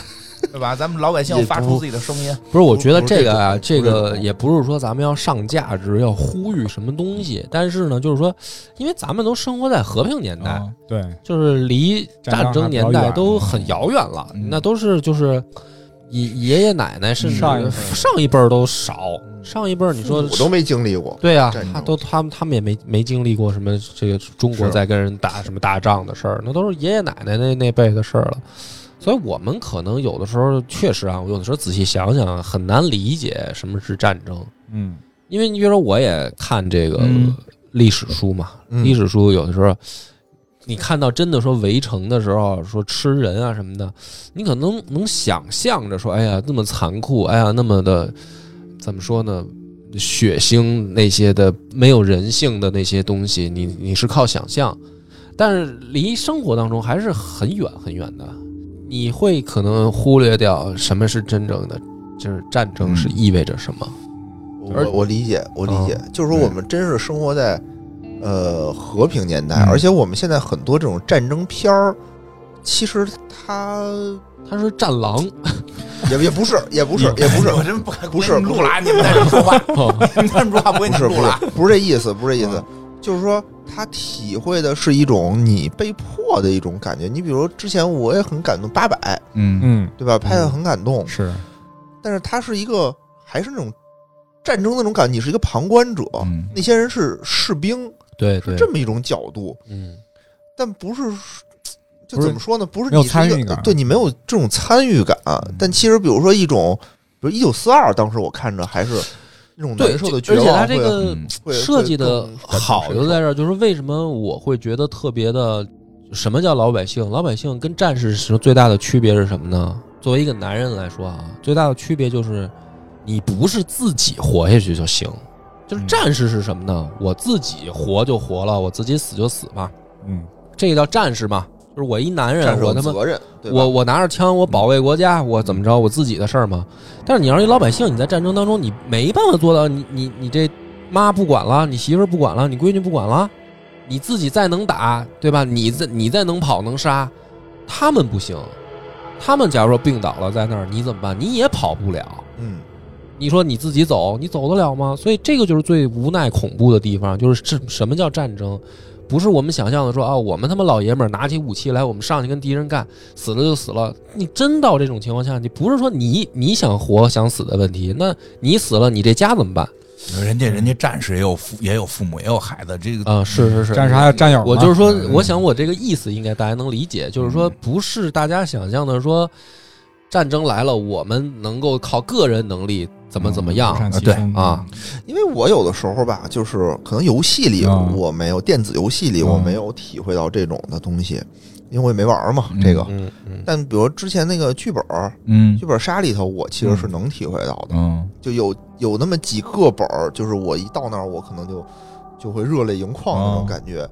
[SPEAKER 2] 对吧？咱们老百姓
[SPEAKER 1] 也
[SPEAKER 2] 发
[SPEAKER 1] 不
[SPEAKER 2] 出自己的声音，
[SPEAKER 1] 不是，我觉得这个啊，
[SPEAKER 3] 不是
[SPEAKER 1] 这
[SPEAKER 3] 这种不是
[SPEAKER 1] 个
[SPEAKER 3] 这种
[SPEAKER 1] 也不是说咱们要上价值，要呼吁什么东西。但是呢，就是说，因为咱们都生活在和平年
[SPEAKER 3] 哦
[SPEAKER 1] 代，
[SPEAKER 4] 嗯对，
[SPEAKER 1] 就是离战争年代都很遥远了，
[SPEAKER 4] 嗯
[SPEAKER 1] 那都是就是爷爷爷奶奶甚至
[SPEAKER 4] 上一辈
[SPEAKER 1] 上一辈儿都少，上一辈儿你说
[SPEAKER 3] 嗯我都没经历过，
[SPEAKER 1] 对啊
[SPEAKER 3] 战，争
[SPEAKER 1] 他都他们他们也没没经历过什么这个中国
[SPEAKER 3] 是
[SPEAKER 1] 在跟人打什么大仗的事儿，那都是爷爷奶奶那那辈的事儿了。所以我们可能有的时候确实啊，我有的时候仔细想想很难理解什么是战争，
[SPEAKER 4] 嗯
[SPEAKER 1] 因为你比如说我也看这个
[SPEAKER 4] 嗯
[SPEAKER 1] 历史书嘛，
[SPEAKER 3] 嗯
[SPEAKER 1] 历史书有的时候你看到真的说围城的时候说吃人啊什么的，你可能能想象着说，哎呀那么残酷，哎呀那么的怎么说呢？血腥那些的没有人性的那些东西，你你是靠想象，但是离生活当中还是很远很远的。你会可能忽略掉什么是真正的，就是战争是意味着什么。而
[SPEAKER 3] 我我理解，我理解，就是说我们真是生活在呃和平年代，而且我们现在很多这种战争片儿，其实它
[SPEAKER 1] 他是战狼，
[SPEAKER 3] 也也不是，也不是，也不是，
[SPEAKER 2] 我真不敢
[SPEAKER 3] 不是
[SPEAKER 2] 跟你们录了啊，你们在这说话，
[SPEAKER 1] 哦
[SPEAKER 2] 你们在这说话不会
[SPEAKER 3] 不
[SPEAKER 2] 你
[SPEAKER 3] 是
[SPEAKER 2] 们
[SPEAKER 3] 不是
[SPEAKER 2] 录了啊，
[SPEAKER 3] 不是这意思，不是这意思，就是说他体会的是一种你被迫的一种感觉。你比如之前我也很感动，八百
[SPEAKER 2] 嗯
[SPEAKER 4] 嗯，
[SPEAKER 3] 对吧？拍的很感动，
[SPEAKER 4] 是
[SPEAKER 3] 但是他是一个还是那种战争那种感觉，你是一个旁观者，
[SPEAKER 2] 嗯
[SPEAKER 3] 那些人是士兵，
[SPEAKER 1] 对
[SPEAKER 3] 是
[SPEAKER 1] 对，
[SPEAKER 3] 这么一种角度，
[SPEAKER 1] 嗯，
[SPEAKER 3] 但不是说。就
[SPEAKER 4] 不是
[SPEAKER 3] 怎么说呢？不是
[SPEAKER 4] 没有
[SPEAKER 3] 你是一
[SPEAKER 4] 参与
[SPEAKER 3] 个
[SPEAKER 4] 感
[SPEAKER 3] 对你没有这种参与感。啊
[SPEAKER 1] 嗯
[SPEAKER 3] 但其实，比如说一种，比如一九四二，当时我看着还是那种
[SPEAKER 1] 对，
[SPEAKER 3] 难受的
[SPEAKER 1] 就
[SPEAKER 3] 绝
[SPEAKER 1] 而且
[SPEAKER 3] 望，
[SPEAKER 1] 他这
[SPEAKER 3] 会
[SPEAKER 1] 个
[SPEAKER 2] 嗯
[SPEAKER 3] 会
[SPEAKER 1] 设计的
[SPEAKER 3] 会更
[SPEAKER 1] 好就在这儿，就是为什么我会觉得特别的，什么叫老百姓？老百姓跟战士时最大的区别是什么呢？作为一个男人来说啊，最大的区别就是，你不是自己活下去就行。就是
[SPEAKER 4] 嗯
[SPEAKER 1] 战士是什么呢？我自己活就活了，我自己死就死嘛，
[SPEAKER 4] 嗯
[SPEAKER 1] 这个叫战士嘛。就是我一男人
[SPEAKER 3] 战，士
[SPEAKER 1] 我
[SPEAKER 3] 有
[SPEAKER 1] 他妈
[SPEAKER 3] 责任，对吧
[SPEAKER 1] 我我拿着枪，我保卫国家，我怎么着，我自己的事儿嘛。但是你要是一老百姓，你在战争当中，你没办法做到，你你你这妈不管了，你媳妇儿不管了，你闺女不管了，你自己再能打，对吧？你再你再能跑能杀，他们不行。他们假如说病倒了在那儿，你怎么办？你也跑不了。
[SPEAKER 3] 嗯，
[SPEAKER 1] 你说你自己走，你走得了吗？所以这个就是最无奈、恐怖的地方，就是这什么叫战争？不是我们想象的说啊，我们他妈老爷们儿拿起武器来，我们上去跟敌人干，死了就死了。你真到这种情况下，你不是说你你想活想死的问题，那你死了，你这家怎么办
[SPEAKER 2] 人家人家战士也有父也有父母也有孩子，这个
[SPEAKER 1] 嗯啊？是嗯是是，
[SPEAKER 4] 战士还有战友嘛，
[SPEAKER 1] 我就是说，我想我这个意思应该大家能理解，就是说不是大家想象的说战争来了，我们能够靠个人能力怎么怎么样
[SPEAKER 4] 独善其
[SPEAKER 2] 对
[SPEAKER 4] 身
[SPEAKER 1] 啊，
[SPEAKER 3] 因为我有的时候吧，就是可能游戏里
[SPEAKER 4] 啊
[SPEAKER 3] 我没有，电子游戏里我
[SPEAKER 4] 啊
[SPEAKER 3] 没有体会到这种的东西，因为我也没玩儿嘛
[SPEAKER 2] 嗯
[SPEAKER 3] 这个。
[SPEAKER 1] 嗯嗯
[SPEAKER 3] 但比如之前那个剧本儿，
[SPEAKER 2] 嗯
[SPEAKER 3] 剧本杀里头，我其实是能体会到
[SPEAKER 1] 啊
[SPEAKER 3] 的，
[SPEAKER 2] 嗯
[SPEAKER 3] 就有有那么几个本儿，就是我一到那儿，我可能就就会热泪盈眶那种
[SPEAKER 2] 啊
[SPEAKER 3] 感觉。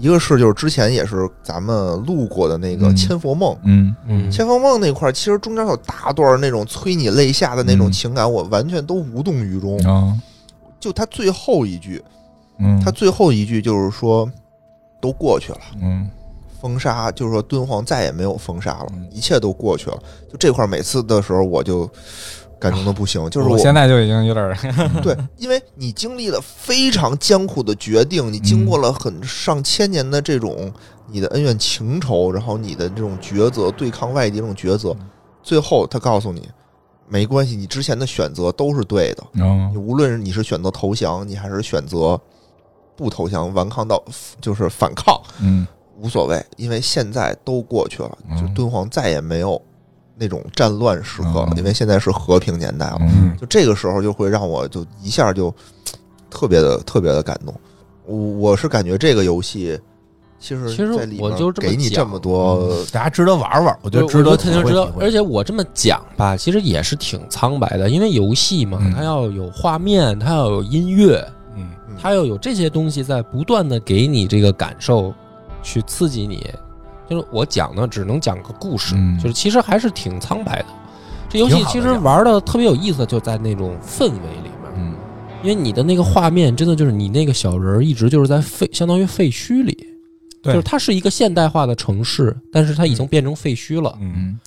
[SPEAKER 3] 一个是就是之前也是咱们路过的那个
[SPEAKER 2] 嗯
[SPEAKER 3] 千佛梦，
[SPEAKER 2] 嗯
[SPEAKER 1] 嗯，
[SPEAKER 3] 千佛梦那块儿，其实中间有大段那种催你泪下的那种
[SPEAKER 2] 嗯
[SPEAKER 3] 情感，我完全都无动于衷。
[SPEAKER 2] 啊
[SPEAKER 3] 就他最后一句，
[SPEAKER 2] 嗯
[SPEAKER 3] 他最后一句就是说，都过去了，
[SPEAKER 2] 嗯
[SPEAKER 3] 封杀就是说敦煌再也没有封杀了
[SPEAKER 2] 嗯，
[SPEAKER 3] 一切都过去了。就这块儿每次的时候，我就感动的不行。就是
[SPEAKER 4] 我现在就已经有点儿，
[SPEAKER 3] 对，因为你经历了非常艰苦的决定，你经
[SPEAKER 4] 嗯
[SPEAKER 3] 过了很上千年的这种你的恩怨情仇，然后你的这种抉择，对抗外敌这种抉择
[SPEAKER 4] 嗯，
[SPEAKER 3] 最后他告诉你，没关系，你之前的选择都是对的。
[SPEAKER 4] 嗯
[SPEAKER 3] 你无论是你是选择投降，你还是选择不投降，顽抗到就是反抗，
[SPEAKER 4] 嗯
[SPEAKER 3] 无所谓，因为现在都过去了，就
[SPEAKER 4] 嗯
[SPEAKER 3] 敦煌再也没有那种战乱时刻了，
[SPEAKER 4] 嗯
[SPEAKER 3] 因为现在是和平年代了。
[SPEAKER 4] 嗯
[SPEAKER 3] 就这个时候就会让我就一下就特别的特别的感动。我我是感觉这个游戏其实
[SPEAKER 1] 其实
[SPEAKER 3] 在里
[SPEAKER 1] 我
[SPEAKER 3] 面
[SPEAKER 1] 就这么
[SPEAKER 3] 给你这
[SPEAKER 1] 讲嗯
[SPEAKER 3] 么多，
[SPEAKER 2] 大家值得玩玩，我觉得
[SPEAKER 1] 我
[SPEAKER 2] 值
[SPEAKER 1] 我
[SPEAKER 2] 得
[SPEAKER 1] 肯定
[SPEAKER 2] 体
[SPEAKER 1] 知
[SPEAKER 2] 会
[SPEAKER 1] 道
[SPEAKER 2] 体，会
[SPEAKER 1] 而且我这么讲吧，其实也是挺苍白的，因为游戏嘛，
[SPEAKER 4] 嗯
[SPEAKER 1] 它要有画面，它要有音乐，
[SPEAKER 4] 嗯
[SPEAKER 3] 嗯
[SPEAKER 1] 它要有这些东西在不断的给你这个感受，去刺激你。就是我讲呢，只能讲个故事，
[SPEAKER 4] 嗯
[SPEAKER 1] 就是其实还是挺苍白的。这游戏
[SPEAKER 2] 挺好的
[SPEAKER 1] 其实
[SPEAKER 2] 呀
[SPEAKER 1] 玩的特别有意思，就在那种氛围里面，
[SPEAKER 4] 嗯
[SPEAKER 1] 因为你的那个画面真的就是你那个小人儿一直就是在废，相当于废墟里，
[SPEAKER 4] 对
[SPEAKER 1] 就是它是一个现代化的城市，但是它
[SPEAKER 2] 嗯
[SPEAKER 1] 已经变成废墟了。
[SPEAKER 4] 嗯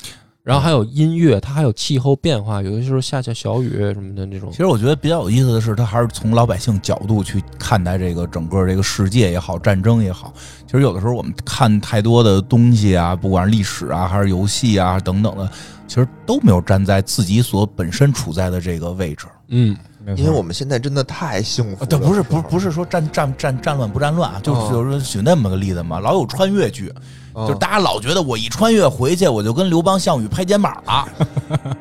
[SPEAKER 1] 然后还有音乐，它还有气候变化，有的时候下下小雨什么的那种
[SPEAKER 2] 其。实我觉得比较有意思的是，他还是从老百姓角度去看待这个整个这个世界也好，战争也好。其实有的时候我们看太多的东西啊，不管是历史啊，还是游戏啊等等的，其实都没有站在自己所本身处在的这个位置。
[SPEAKER 1] 嗯，
[SPEAKER 4] 没错
[SPEAKER 3] 因为我们现在真的太幸福
[SPEAKER 2] 啊，
[SPEAKER 3] 了。
[SPEAKER 2] 对，不是，不是，
[SPEAKER 3] 吧
[SPEAKER 2] 不，是说战战战战乱不战乱啊，就是
[SPEAKER 3] 哦
[SPEAKER 2] 就是举那么个例子嘛，老有穿越剧，
[SPEAKER 3] 嗯
[SPEAKER 2] 就是大家老觉得我一穿越回去，我就跟刘邦、项羽拍肩膀了。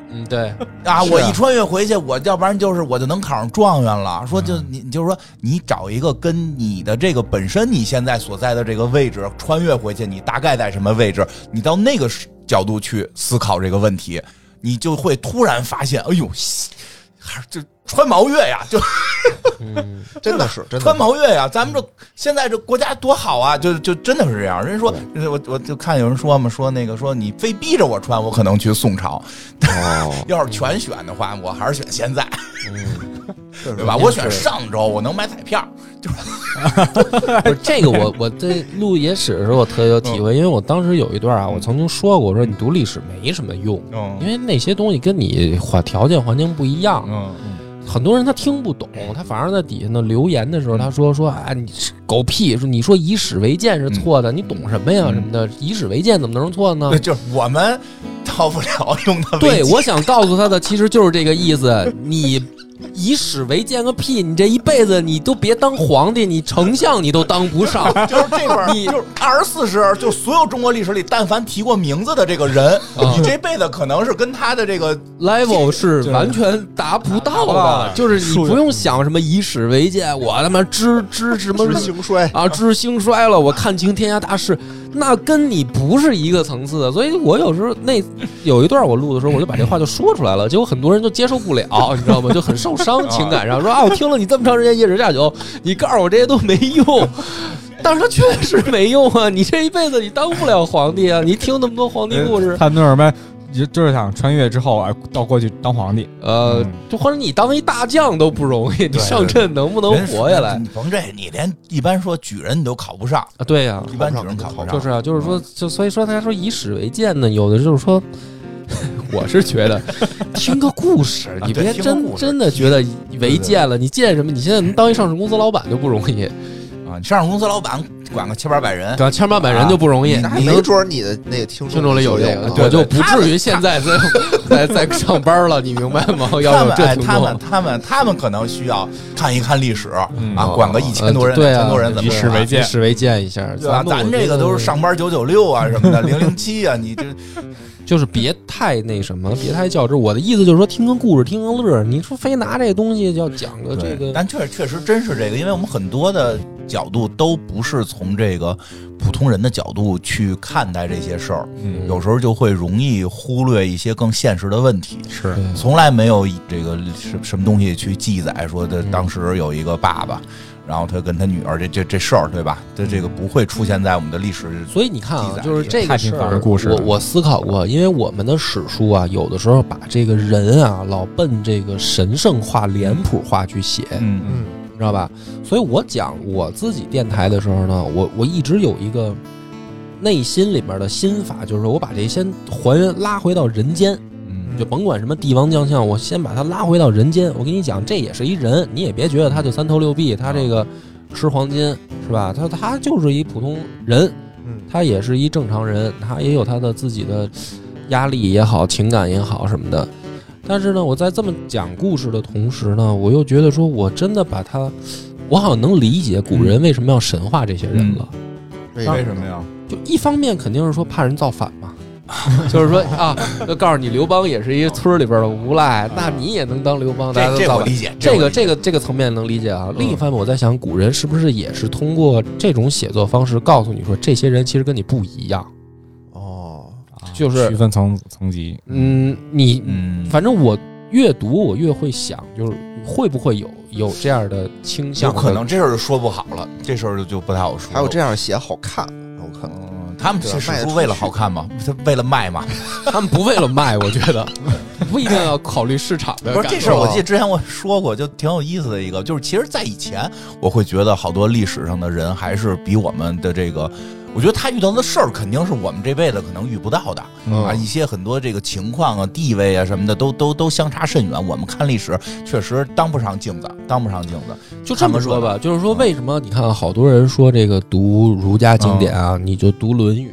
[SPEAKER 1] 嗯，对，
[SPEAKER 2] 啊，
[SPEAKER 3] 是
[SPEAKER 2] 我
[SPEAKER 3] 啊
[SPEAKER 2] 一穿越回去，我要不然就是我就能考上状元了。说就你就是说，你找一个跟你的这个本身你现在所在的这个位置穿越回去，你大概在什么位置？你到那个视角度去思考这个问题，你就会突然发现，哎呦，西还是就穿毛越呀，就
[SPEAKER 1] 嗯，
[SPEAKER 3] 真的是真的
[SPEAKER 2] 穿
[SPEAKER 3] 是。
[SPEAKER 2] 毛越呀，咱们这现在这国家多好啊，就就真的是这样。人家说，我我就看有人说嘛，说那个说你非逼着我穿，我可能去宋朝。
[SPEAKER 3] 哦，
[SPEAKER 2] 要是全选的话，我还是选现在。
[SPEAKER 1] 嗯，
[SPEAKER 2] 对吧？我选上周，我能买彩票。
[SPEAKER 1] 不是这个我我在录野史的时候我特有体
[SPEAKER 2] 哦
[SPEAKER 1] 会，因为我当时有一段啊，我曾经说过，我说你读历史没什么用，因
[SPEAKER 2] 嗯
[SPEAKER 1] 为那些东西跟你环条件环境不一样，
[SPEAKER 2] 嗯，
[SPEAKER 1] 很多人他听不懂，他反而在底下呢留言的时候，他
[SPEAKER 2] 嗯
[SPEAKER 1] 说说啊，你是狗屁，说你说以史为鉴是错的，你懂什么呀
[SPEAKER 2] 嗯
[SPEAKER 1] 什么的，以史为鉴怎么能是错呢
[SPEAKER 2] 对，？就是我们到不了用 的
[SPEAKER 1] 对
[SPEAKER 2] 危，机
[SPEAKER 1] 我想告诉他的其实就是这个意 思。你以史为鉴个屁！你这一辈子你都别当皇帝，你丞相你都当不 上。
[SPEAKER 2] 就是这本儿，
[SPEAKER 1] 你
[SPEAKER 2] 就是二十四史，就所有中国历史里，但凡提过名字的这个人，
[SPEAKER 1] 啊
[SPEAKER 2] 你这辈子可能是跟他的这个
[SPEAKER 1] level 是完全达不到 的，就是你不用想什么以史为鉴，我他妈知知什么
[SPEAKER 3] 知兴衰，
[SPEAKER 1] 啊，知兴衰了，我看清天下大势，那跟你不是一个层次的。所以我有时候那有一段我录的时候，我就把这话就说出来了，结果很多人就接受不了，你知道吗？就很受伤，情感上说啊，我听了你这么长时间夜市下酒，你告诉我这些都没用。但是他确实没用啊！你这一辈子你当不了皇帝啊！你听那么多皇帝故事，
[SPEAKER 4] 他那什么，就就是想穿越之后哎，到过去当皇帝。
[SPEAKER 1] 呃
[SPEAKER 4] 嗯，
[SPEAKER 1] 就或者你当一大将都不容易，你
[SPEAKER 2] 对
[SPEAKER 1] 上阵能不能
[SPEAKER 2] 人
[SPEAKER 1] 活下来
[SPEAKER 2] 你甭这，你连一般说举人你都考不上，
[SPEAKER 1] 啊？对呀、
[SPEAKER 2] 一般举人考不上。嗯
[SPEAKER 1] 就是啊，就是说，就所以说，大家说以史为鉴呢，有的就是说， 我是觉得听个故事， 你
[SPEAKER 2] 啊对
[SPEAKER 1] 别
[SPEAKER 2] 听个
[SPEAKER 1] 真
[SPEAKER 2] 故事
[SPEAKER 1] 真的觉得为鉴了，你鉴什么？你现在能当一上市公司老板就不容易，
[SPEAKER 2] 啊，你上市公司老板管个七八百人，
[SPEAKER 1] 对吧？千八百人就不容易，
[SPEAKER 2] 啊
[SPEAKER 3] 那
[SPEAKER 1] 你
[SPEAKER 3] 没
[SPEAKER 1] 能。
[SPEAKER 3] 准儿你的那个听
[SPEAKER 1] 听众里有这
[SPEAKER 3] 这
[SPEAKER 1] 个，
[SPEAKER 2] 对
[SPEAKER 1] 我就
[SPEAKER 2] 啊对
[SPEAKER 1] 不
[SPEAKER 2] 他们
[SPEAKER 1] 至于现在在在在上班了，你明白吗？
[SPEAKER 2] 他
[SPEAKER 1] 要有
[SPEAKER 2] 们
[SPEAKER 1] 这
[SPEAKER 2] 哎，
[SPEAKER 1] 听
[SPEAKER 2] 他们
[SPEAKER 1] 众，
[SPEAKER 2] 他们他们可能需要看一看历史
[SPEAKER 4] 嗯
[SPEAKER 2] 啊，管个一千多人、
[SPEAKER 1] 呃对
[SPEAKER 2] 两
[SPEAKER 1] 啊
[SPEAKER 2] 千多人怎么
[SPEAKER 4] 以史
[SPEAKER 2] 办
[SPEAKER 4] 为鉴
[SPEAKER 1] 以史为啊鉴一下，
[SPEAKER 2] 对吧？
[SPEAKER 1] 们我
[SPEAKER 2] 咱
[SPEAKER 1] 觉
[SPEAKER 2] 这个
[SPEAKER 1] 得
[SPEAKER 2] 都是上班九九六啊什么的，零零七 啊，你这
[SPEAKER 1] 就是别太那什么，别太较真儿。我的意思就是说，听个故事，听个乐儿。你说非拿这东西要讲个呃这个，
[SPEAKER 2] 但确确实真是这个，因为我们很多的角度都不是从这个普通人的角度去看待这些事儿，
[SPEAKER 4] 嗯
[SPEAKER 2] 有时候就会容易忽略一些更现实的问题。
[SPEAKER 4] 是
[SPEAKER 1] 对
[SPEAKER 2] 从来没有这个什什么东西去记载说的，当时有一个爸爸，然后他跟他女儿这这这事儿，对吧？这这个不会出现在我们的历史。
[SPEAKER 1] 所以你看
[SPEAKER 2] 记
[SPEAKER 1] 啊
[SPEAKER 2] 载，
[SPEAKER 1] 就是这个
[SPEAKER 4] 太
[SPEAKER 1] 事
[SPEAKER 4] 平凡
[SPEAKER 1] 儿
[SPEAKER 4] 的故事
[SPEAKER 1] 我
[SPEAKER 4] 了
[SPEAKER 1] 我思考过，因为我们的史书啊，有的时候把这个人啊老奔这个神圣化、脸谱化去写，
[SPEAKER 2] 嗯嗯
[SPEAKER 3] 嗯，
[SPEAKER 1] 你知道吧？所以我讲我自己电台的时候呢，我我一直有一个内心里面的心法，就是我把这些还原拉回到人间。
[SPEAKER 4] 嗯
[SPEAKER 1] 就甭管什么帝王将相，我先把他拉回到人间。我跟你讲，这也是一人，你也别觉得他就三头六臂，他这个吃黄金是吧？他他就是一普通人，
[SPEAKER 3] 嗯，
[SPEAKER 1] 他也是一正常人，他也有他的自己的压力也好，情感也好什么的。但是呢，我在这么讲故事的同时呢，我又觉得说我真的把他，我好像能理解古人为什么要神化这些人了。
[SPEAKER 2] 嗯
[SPEAKER 4] 为什么？呀？
[SPEAKER 1] 就一方面肯定是说怕人造反嘛， 就是说啊，就告诉你刘邦也是一村里边的无赖，那你也能当刘邦，大家
[SPEAKER 2] 这
[SPEAKER 1] 都
[SPEAKER 2] 这
[SPEAKER 1] 造
[SPEAKER 2] 我
[SPEAKER 1] 反。
[SPEAKER 2] 理解，
[SPEAKER 1] 这
[SPEAKER 2] 我
[SPEAKER 1] 个
[SPEAKER 2] 理解
[SPEAKER 1] 这个这个层面能理解啊。
[SPEAKER 2] 嗯
[SPEAKER 1] 另一方面，我在想，古人是不是也是通过这种写作方式告诉你说，这些人其实跟你不一样？
[SPEAKER 3] 哦，
[SPEAKER 1] 就是
[SPEAKER 4] 啊区分层层级。，
[SPEAKER 1] 嗯，你
[SPEAKER 2] 嗯，
[SPEAKER 1] 反正我越读我越会想，就是会不会有有这样的倾向
[SPEAKER 2] 有
[SPEAKER 1] 的？
[SPEAKER 2] 可能这事儿就说不好了，这事儿就就不太好说。
[SPEAKER 3] 还有这样写好看，我看
[SPEAKER 2] 嗯，他们
[SPEAKER 3] 对
[SPEAKER 2] 这
[SPEAKER 3] 卖
[SPEAKER 2] 是
[SPEAKER 3] 得
[SPEAKER 2] 不
[SPEAKER 3] 出
[SPEAKER 2] 是为了
[SPEAKER 3] 去
[SPEAKER 2] 好看嘛？他为了卖嘛？
[SPEAKER 1] 他们不为了卖，我觉 得不一定要考虑市场的
[SPEAKER 2] 不
[SPEAKER 1] 感受。啊
[SPEAKER 2] 是这事儿，我记得之前我说过，就挺有意思的一个，就是其实，在以前我会觉得好多历史上的人还是比我们的这个，我觉得他遇到的事儿肯定是我们这辈子可能遇不到的、
[SPEAKER 4] 嗯
[SPEAKER 2] 啊，一些很多这个情况啊、地位啊什么的，都都都相差甚远。我们看历史确实当不上镜子，当不上镜子。
[SPEAKER 1] 就这么说吧，就是说为什么你看啊好多人说这个读儒家经典啊，你就读《论语》，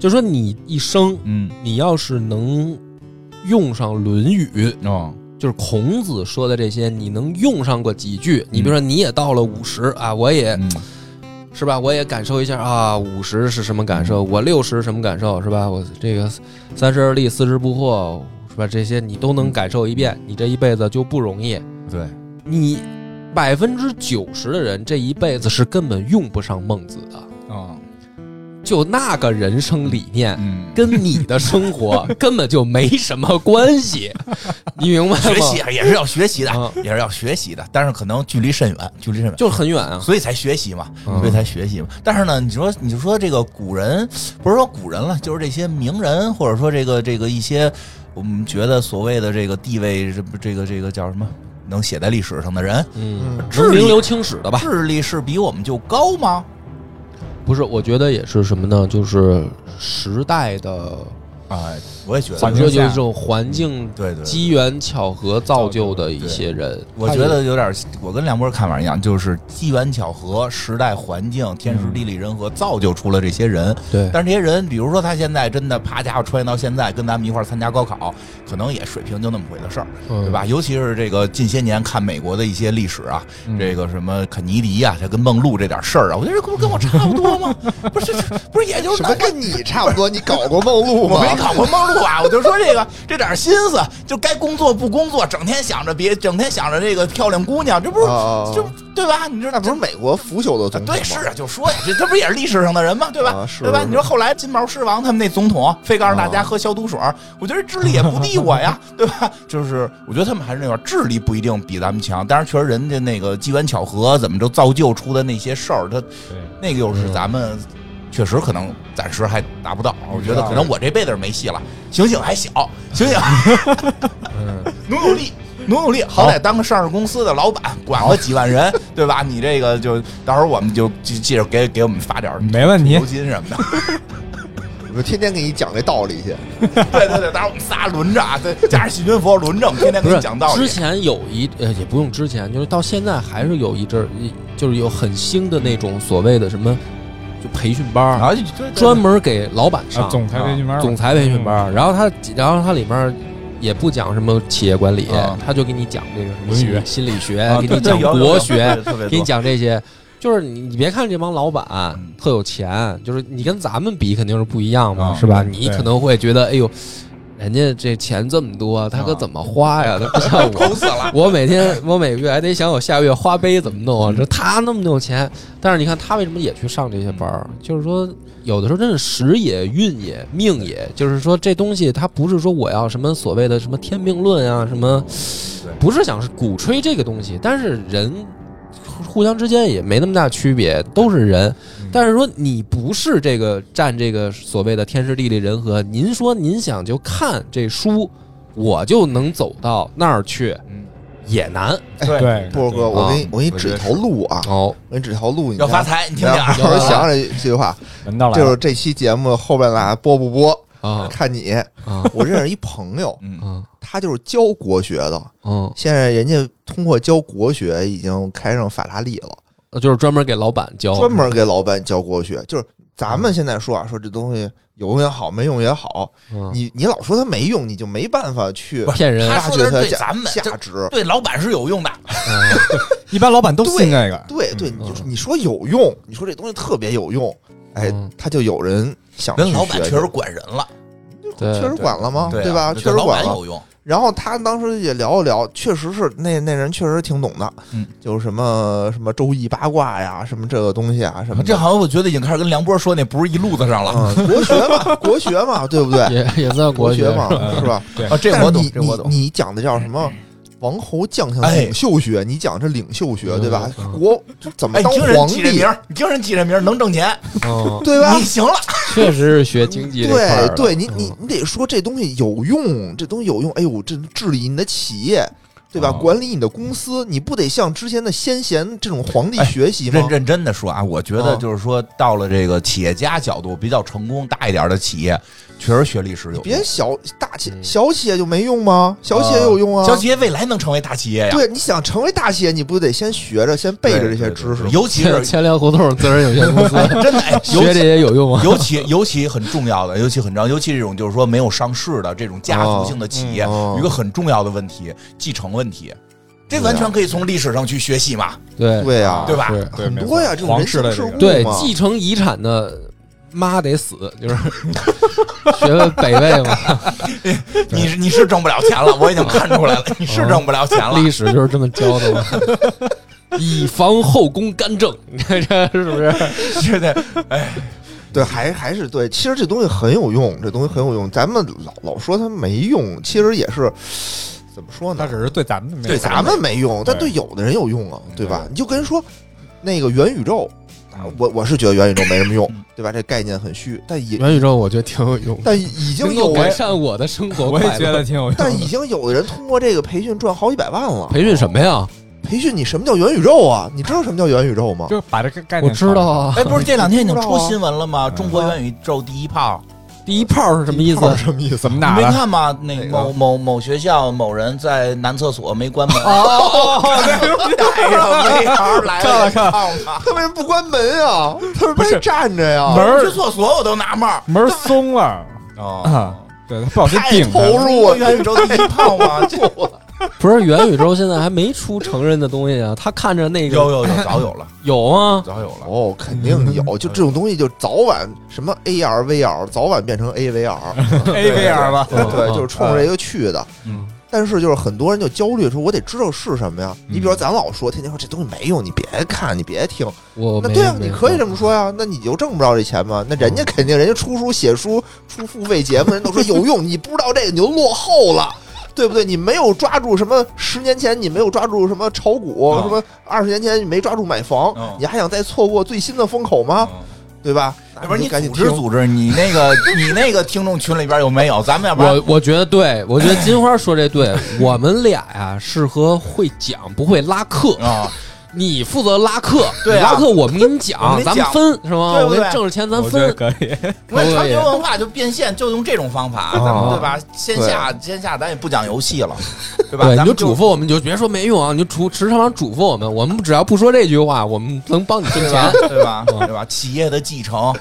[SPEAKER 1] 就说你一生
[SPEAKER 2] 嗯，
[SPEAKER 1] 你要是能用上《论语》，
[SPEAKER 2] 哦，
[SPEAKER 1] 就是孔子说的这些，你能用上过几句？你比如说你也到了五十啊，我也
[SPEAKER 2] 嗯，
[SPEAKER 1] 是吧，我也感受一下啊，五十是什么感
[SPEAKER 2] 嗯
[SPEAKER 1] 受？我六十什么感受是吧？我这个三十而立，四十不惑是吧？这些你都能感受一遍，你这一辈子就不容易。
[SPEAKER 2] 对，
[SPEAKER 1] 你百分之九十的人这一辈子是根本用不上孟子的，
[SPEAKER 4] 啊，
[SPEAKER 1] 就那个人生理念。
[SPEAKER 2] 嗯，
[SPEAKER 1] 跟你的生 活根本就没什么关系，你明白
[SPEAKER 2] 学
[SPEAKER 1] 吗？
[SPEAKER 2] 习啊也是要学习的，
[SPEAKER 1] 啊，
[SPEAKER 2] 也是要学习的，但是可能距离甚远，距离甚远。
[SPEAKER 1] 就是很远啊。
[SPEAKER 2] 所以才学习嘛，
[SPEAKER 1] 嗯
[SPEAKER 2] 所以才学习嘛。但是呢，你说你就说这个古人，不是说古人了，就是这些名人，或者说这个这个一些我们觉得所谓的这个地位，这这个这个叫什么，能写在历史上的人，
[SPEAKER 1] 嗯，
[SPEAKER 3] 嗯
[SPEAKER 2] 智
[SPEAKER 1] 能名
[SPEAKER 2] 力
[SPEAKER 1] 留青史的吧？
[SPEAKER 2] 智力是比我们就高吗？
[SPEAKER 1] 不是，我觉得也是什么呢？就是时代的，
[SPEAKER 2] 啊，我也觉
[SPEAKER 1] 怎么
[SPEAKER 4] 环，
[SPEAKER 2] 得
[SPEAKER 1] 说就是
[SPEAKER 4] 境下
[SPEAKER 1] 这种环境
[SPEAKER 2] 对对，对
[SPEAKER 1] 机缘巧合造就的一些人。
[SPEAKER 2] 我觉得有点，我跟梁波看法一样，就是机缘巧合、时代环境、天
[SPEAKER 1] 嗯
[SPEAKER 2] 时地利人和造就出了这些人。
[SPEAKER 1] 对，
[SPEAKER 2] 但是这些人，比如说他现在真的啪家伙穿越到现在，跟咱们一块儿参加高考，可能也水平就那么回的事儿，对
[SPEAKER 3] 嗯
[SPEAKER 1] 对？
[SPEAKER 2] 吧？尤其是这个近些年看美国的一些历史啊，这个什么肯尼迪啊，这跟梦露这点事儿啊，我觉得这不跟我差不多 吗？不是，这不是，也就
[SPEAKER 3] 什
[SPEAKER 2] 是
[SPEAKER 3] 么跟你差不多？你搞过梦露
[SPEAKER 2] 我
[SPEAKER 3] 吗？
[SPEAKER 2] 没考过梦露啊，我就说这个这点心思，就该工作不工作，整天想着别，整天想着这个漂亮姑娘，这不是、
[SPEAKER 3] 哦
[SPEAKER 2] 就对吧？你知道
[SPEAKER 3] 那不是美国腐朽的总统吗？
[SPEAKER 2] 对，是啊，就说呀，这这不也是历史上的人吗？对吧？
[SPEAKER 3] 啊是
[SPEAKER 2] 对吧？
[SPEAKER 3] 是
[SPEAKER 2] 你说后来金毛狮王他们那总统，非告诉大家喝消毒水儿，我觉得智力也不敌我 呀，对吧？就是我觉得他们还是那块儿智力不一定比咱们强，当然确实人家那个机缘巧合怎么就造就出的那些事儿，他
[SPEAKER 4] 对，
[SPEAKER 2] 那个又是
[SPEAKER 1] 嗯
[SPEAKER 2] 咱们确实可能暂时还达不到。我觉得
[SPEAKER 4] 是啊
[SPEAKER 2] 可能我这辈子没戏了，醒醒还小，醒醒，
[SPEAKER 1] 嗯，
[SPEAKER 2] 努努力。努努力，好歹当个上市公司的老板，管个几万人，对吧？你这个就到时候我们就记记着给给我们发点儿
[SPEAKER 4] 没问题
[SPEAKER 2] 酬。金什么的。
[SPEAKER 3] 我天天给你讲这道理去。
[SPEAKER 2] 对对对，当时我们仨轮着啊，对，加上细菌佛轮着，我们天天
[SPEAKER 1] 不
[SPEAKER 2] 给
[SPEAKER 1] 是
[SPEAKER 2] 你讲道理
[SPEAKER 1] 之。前有一呃，也不用之前，就是到现在还是有一阵儿，一就是有很兴的那种所谓的什么，就培训班儿，
[SPEAKER 2] 啊，就对对
[SPEAKER 1] 专门给老板上、
[SPEAKER 4] 啊，总裁培训班儿，
[SPEAKER 1] 总裁培训班
[SPEAKER 2] 嗯
[SPEAKER 1] 儿。然后他，然后他里面儿也不讲什么企业管理，
[SPEAKER 2] 啊
[SPEAKER 1] 他就给你讲这个什么
[SPEAKER 4] 论
[SPEAKER 1] 心
[SPEAKER 4] 语
[SPEAKER 1] 理心理学，
[SPEAKER 2] 啊
[SPEAKER 1] 给
[SPEAKER 2] 对
[SPEAKER 1] 你
[SPEAKER 2] 对
[SPEAKER 1] 讲
[SPEAKER 2] 有有有
[SPEAKER 1] 国
[SPEAKER 2] 有
[SPEAKER 1] 学，
[SPEAKER 2] 对特别
[SPEAKER 1] 给你
[SPEAKER 2] 多。
[SPEAKER 1] 讲这些，就是你你别看这帮老板
[SPEAKER 2] 嗯
[SPEAKER 1] 特有钱，就是你跟咱们比肯定是不一样嘛，
[SPEAKER 2] 啊
[SPEAKER 1] 是吧？
[SPEAKER 4] 对
[SPEAKER 1] 你可能会觉得，哎呦，人家这钱这么多，他可怎么花呀？他不 像我，
[SPEAKER 2] 愁啊死了。
[SPEAKER 1] 我每天我每个月还得想我下个月花呗怎么弄
[SPEAKER 2] 嗯
[SPEAKER 1] 啊？这他那么有钱，但是你看他为什么也去上这些班
[SPEAKER 2] 嗯
[SPEAKER 1] 儿？就是说，有的时候真是时也、运也、命也，就是说这东西它不是说我要什么所谓的什么天命论啊，什么
[SPEAKER 2] 嗯对，
[SPEAKER 1] 不是想是鼓吹这个东西，但是人互互相之间也没那么大区别，都是人。但是说你不是这个占这个所谓的天时地利人和，您说您想就看这书，我就能走到那儿去
[SPEAKER 2] 嗯，
[SPEAKER 1] 也难
[SPEAKER 4] 对
[SPEAKER 3] 波哥，我给你，我给你指条路啊，
[SPEAKER 1] 哦。
[SPEAKER 3] 我给你指条路，你
[SPEAKER 2] 要
[SPEAKER 3] 看
[SPEAKER 2] 发财，你听听啊。，
[SPEAKER 1] 要
[SPEAKER 3] 好好想想这句话，
[SPEAKER 4] 闻到了，
[SPEAKER 3] 就是这期节目后边俩播不播？
[SPEAKER 1] 啊
[SPEAKER 3] 看你，
[SPEAKER 1] 啊
[SPEAKER 3] 我认识一朋友
[SPEAKER 2] 嗯
[SPEAKER 1] 啊
[SPEAKER 3] 他就是教国学的，
[SPEAKER 1] 嗯，
[SPEAKER 3] 现在人家通过教国学已经开上法拉利了，
[SPEAKER 1] 呃就是专门给老板教，
[SPEAKER 3] 专门给老板教国学。就是咱们现在说啊，说这东西有用也好，没用也好，
[SPEAKER 1] 嗯
[SPEAKER 3] 你你老说它没用，你就没办法去
[SPEAKER 2] 不
[SPEAKER 1] 骗人
[SPEAKER 2] 他
[SPEAKER 3] 发
[SPEAKER 2] 说
[SPEAKER 3] 掘
[SPEAKER 2] 的是
[SPEAKER 3] 它的
[SPEAKER 2] 对
[SPEAKER 3] 价
[SPEAKER 2] 咱们
[SPEAKER 3] 价
[SPEAKER 2] 就
[SPEAKER 3] 值。
[SPEAKER 2] 对老板是有用的，
[SPEAKER 1] 嗯
[SPEAKER 4] 一般老板都信这个，
[SPEAKER 3] 对对，
[SPEAKER 4] 嗯
[SPEAKER 3] 你就说你说有用，你说这东西特别有用，哎
[SPEAKER 1] 嗯，
[SPEAKER 3] 他就有人想去
[SPEAKER 2] 人老板
[SPEAKER 3] 学
[SPEAKER 2] 确实管人了，
[SPEAKER 1] 对
[SPEAKER 3] 确实管了吗？
[SPEAKER 2] 对
[SPEAKER 3] 吧？
[SPEAKER 2] 啊
[SPEAKER 3] 确
[SPEAKER 2] 对
[SPEAKER 3] 实
[SPEAKER 2] 老
[SPEAKER 3] 管
[SPEAKER 2] 板
[SPEAKER 3] 了。
[SPEAKER 2] 有用，
[SPEAKER 3] 然后他当时也聊了聊，确实是那那人确实挺懂的，
[SPEAKER 2] 嗯，
[SPEAKER 3] 就是什么什么周易八卦呀，什么这个东西啊，什么的
[SPEAKER 2] 这好像我觉得已经开始跟梁波说那不是一路子上了
[SPEAKER 3] 嗯，国学嘛，国学嘛，对不对？
[SPEAKER 1] 也也算
[SPEAKER 3] 国
[SPEAKER 1] 学
[SPEAKER 3] 嘛，是吧？
[SPEAKER 2] 啊，这
[SPEAKER 3] 但
[SPEAKER 2] 我懂
[SPEAKER 3] 你，
[SPEAKER 2] 这我懂
[SPEAKER 3] 你。你讲的叫什么？王侯将相
[SPEAKER 2] 哎
[SPEAKER 3] 领袖学，你讲这领袖学对吧
[SPEAKER 1] 嗯？
[SPEAKER 3] 国怎么
[SPEAKER 2] 哎，
[SPEAKER 3] 当
[SPEAKER 2] 你听人
[SPEAKER 3] 皇
[SPEAKER 2] 起这
[SPEAKER 3] 帝
[SPEAKER 2] 名，儿，你听人起这名儿能挣钱，
[SPEAKER 1] 嗯，
[SPEAKER 3] 对吧
[SPEAKER 2] 你？行了。
[SPEAKER 1] 确实是学经济这块儿
[SPEAKER 3] 对
[SPEAKER 1] 的
[SPEAKER 3] 对，你你
[SPEAKER 1] 嗯
[SPEAKER 3] 你得说这东西有用，这东西有用。哎呦，这治理你的企业，对吧？
[SPEAKER 4] 哦
[SPEAKER 3] 管理你的公司，你不得向之前的先贤这种皇帝
[SPEAKER 2] 哎
[SPEAKER 3] 学习吗
[SPEAKER 2] 认？认真的说啊，我觉得
[SPEAKER 3] 嗯
[SPEAKER 2] 就是说，到了这个企业家角度，比较成功大一点的企业，确实学历史有用。
[SPEAKER 3] 别小大企
[SPEAKER 1] 嗯
[SPEAKER 3] 小企业就没用吗？小企业
[SPEAKER 2] 呃
[SPEAKER 3] 有用啊！
[SPEAKER 2] 小企业未来能成为大企业呀？
[SPEAKER 3] 对，你想成为大企业，你不得先学着，先背着这
[SPEAKER 2] 对
[SPEAKER 3] 些
[SPEAKER 2] 对
[SPEAKER 3] 知识
[SPEAKER 2] 对
[SPEAKER 3] 吗？
[SPEAKER 2] 尤其
[SPEAKER 1] 千
[SPEAKER 2] 是
[SPEAKER 1] 千粮胡同自然有限公 司
[SPEAKER 2] 真的，哎尤
[SPEAKER 1] 学这
[SPEAKER 2] 其
[SPEAKER 1] 些有用吗？
[SPEAKER 2] 尤其尤其很重要的，尤其很重要，尤其这种就是说没有上市的这种家族性的企业，
[SPEAKER 3] 嗯哦
[SPEAKER 2] 有一个很重要的问题，继承问题，这
[SPEAKER 3] 对
[SPEAKER 2] 完
[SPEAKER 3] 啊
[SPEAKER 2] 全可以从历史上去学习嘛，
[SPEAKER 1] 对
[SPEAKER 3] 对呀，
[SPEAKER 2] 对吧？
[SPEAKER 4] 对，对
[SPEAKER 3] 很
[SPEAKER 4] 没
[SPEAKER 3] 多
[SPEAKER 4] 错
[SPEAKER 3] 呀，这种
[SPEAKER 4] 皇
[SPEAKER 3] 人
[SPEAKER 4] 室
[SPEAKER 3] 情
[SPEAKER 4] 的
[SPEAKER 3] 世
[SPEAKER 4] 这
[SPEAKER 3] 故
[SPEAKER 4] 个
[SPEAKER 1] 对
[SPEAKER 3] 嘛，
[SPEAKER 1] 继承遗产的妈得死，就是 学问北魏嘛，
[SPEAKER 2] 你是你是挣不了钱了，我已经看出来了，你是挣不了钱了。
[SPEAKER 1] 历史就是这么教的嘛。以防后宫干政，你看这是不是？
[SPEAKER 2] 对对，
[SPEAKER 3] 对，还还是对。其实这东西很有用，这东西很有用。咱们老老说它没用，其实也是怎么说呢
[SPEAKER 4] 他？只是对咱们没有
[SPEAKER 2] 对
[SPEAKER 4] 用
[SPEAKER 3] 咱们没用，但对
[SPEAKER 4] 对
[SPEAKER 3] 有的人有用啊，对吧
[SPEAKER 4] 对？
[SPEAKER 3] 你就跟人说那个元宇宙，啊我我是觉得元宇宙没什么用， 对吧？这概念很虚，但也
[SPEAKER 1] 元宇宙我觉得挺有用的，
[SPEAKER 3] 但已经
[SPEAKER 1] 能够
[SPEAKER 3] 有
[SPEAKER 1] 改善我的生活
[SPEAKER 4] 我
[SPEAKER 1] 快乐。
[SPEAKER 4] 也觉得挺有用的
[SPEAKER 3] 但已经有的人通过这个培训赚好几百万了。
[SPEAKER 1] 培训什么呀？
[SPEAKER 3] 培训你什么叫元宇宙啊？你知道什么叫元宇宙吗？
[SPEAKER 4] 就是把这个概
[SPEAKER 1] 我
[SPEAKER 4] 念
[SPEAKER 1] 知道啊。
[SPEAKER 2] 哎，不是这两天已经
[SPEAKER 3] 不知道
[SPEAKER 2] 出
[SPEAKER 3] 啊
[SPEAKER 2] 新闻了吗？
[SPEAKER 4] 嗯
[SPEAKER 2] 中国元宇宙第一炮，
[SPEAKER 1] 第一炮是什么意思？
[SPEAKER 3] 这什么意思？
[SPEAKER 4] 怎么
[SPEAKER 2] 你
[SPEAKER 4] 打
[SPEAKER 2] 没
[SPEAKER 4] 的，
[SPEAKER 2] 看吗？那
[SPEAKER 4] 啊个
[SPEAKER 2] 某某某学校某人在男厕所没关门， 哎带上围栏来
[SPEAKER 4] 看了看
[SPEAKER 2] 看看，
[SPEAKER 3] 他为什么不关门啊？他为什么
[SPEAKER 4] 不是
[SPEAKER 3] 站着呀？
[SPEAKER 4] 门
[SPEAKER 2] 哦我
[SPEAKER 4] 儿
[SPEAKER 2] 去厕所我都纳闷儿
[SPEAKER 4] 门儿松了
[SPEAKER 2] 哦啊
[SPEAKER 4] 啊，，对他不小心
[SPEAKER 3] 太
[SPEAKER 4] 顶
[SPEAKER 3] 投
[SPEAKER 4] 开了，
[SPEAKER 3] 入了，
[SPEAKER 2] 元宇宙第一炮吗？这
[SPEAKER 1] 不是元宇宙现在还没出成人的东西啊，他看着那个
[SPEAKER 2] 有有有，早有了，
[SPEAKER 1] 有啊，
[SPEAKER 2] 早有 了。
[SPEAKER 3] 哦，肯定有，就这种东西，就早晚什么 AR、VR，早晚变成 AVR，
[SPEAKER 4] A V R 吧，
[SPEAKER 1] 嗯
[SPEAKER 3] 对，就是冲着这个去的。
[SPEAKER 2] 嗯，
[SPEAKER 3] 但是就是很多人就焦虑，说我得知道是什么呀？
[SPEAKER 2] 嗯
[SPEAKER 3] 你比如说咱老说，天天说这东西没用，你别看，你别听。
[SPEAKER 1] 我
[SPEAKER 3] 那
[SPEAKER 1] 没
[SPEAKER 3] 对啊，
[SPEAKER 1] 没
[SPEAKER 3] 你可以这
[SPEAKER 1] 看
[SPEAKER 3] 么说呀，那你就挣不着这钱嘛。那人
[SPEAKER 2] 嗯
[SPEAKER 3] 家肯定，人家出书、写书、出付费节目，人都说有用，你不知道这个你就落后了。对不对？你没有抓住什么？十年前你没有抓住什么炒股，
[SPEAKER 2] 嗯
[SPEAKER 3] 什么二十年前你没抓住买房，
[SPEAKER 2] 嗯
[SPEAKER 3] 你还想再错过最新的风口吗？对吧？
[SPEAKER 2] 要哎不
[SPEAKER 3] 那
[SPEAKER 2] 然你
[SPEAKER 3] 就赶紧
[SPEAKER 2] 组织
[SPEAKER 3] 听
[SPEAKER 2] 组织，你那个 你那个听众群里边有没有？咱们要不然
[SPEAKER 1] 我我觉得对，我觉得金花说这对， 我们俩呀、适合会讲不会拉客，
[SPEAKER 2] 啊，
[SPEAKER 1] 你负责拉客，
[SPEAKER 2] 对啊
[SPEAKER 1] 你拉客我们给你
[SPEAKER 2] 我
[SPEAKER 1] 讲，
[SPEAKER 2] 们给
[SPEAKER 1] 咱
[SPEAKER 2] 你
[SPEAKER 1] 们
[SPEAKER 2] 讲
[SPEAKER 1] 分是吗？
[SPEAKER 2] 对不
[SPEAKER 1] 我
[SPEAKER 2] 对
[SPEAKER 1] 给你挣着钱咱
[SPEAKER 4] 我觉得
[SPEAKER 1] 分，
[SPEAKER 4] 可以，
[SPEAKER 2] 我
[SPEAKER 1] 可以
[SPEAKER 2] 传承文化就变现，就用这种方法，咱们哦对吧？线下线下咱也不讲游戏 了，对吧？
[SPEAKER 1] 对，
[SPEAKER 2] 咱
[SPEAKER 1] 你就嘱
[SPEAKER 2] 们
[SPEAKER 1] 咐我们，你就别说没用啊，你就嘱时常嘱咐我们，我们只要不说这句话，我们能帮你挣
[SPEAKER 2] 对
[SPEAKER 1] 钱。？
[SPEAKER 2] 吧对吧？对吧？企业的继承，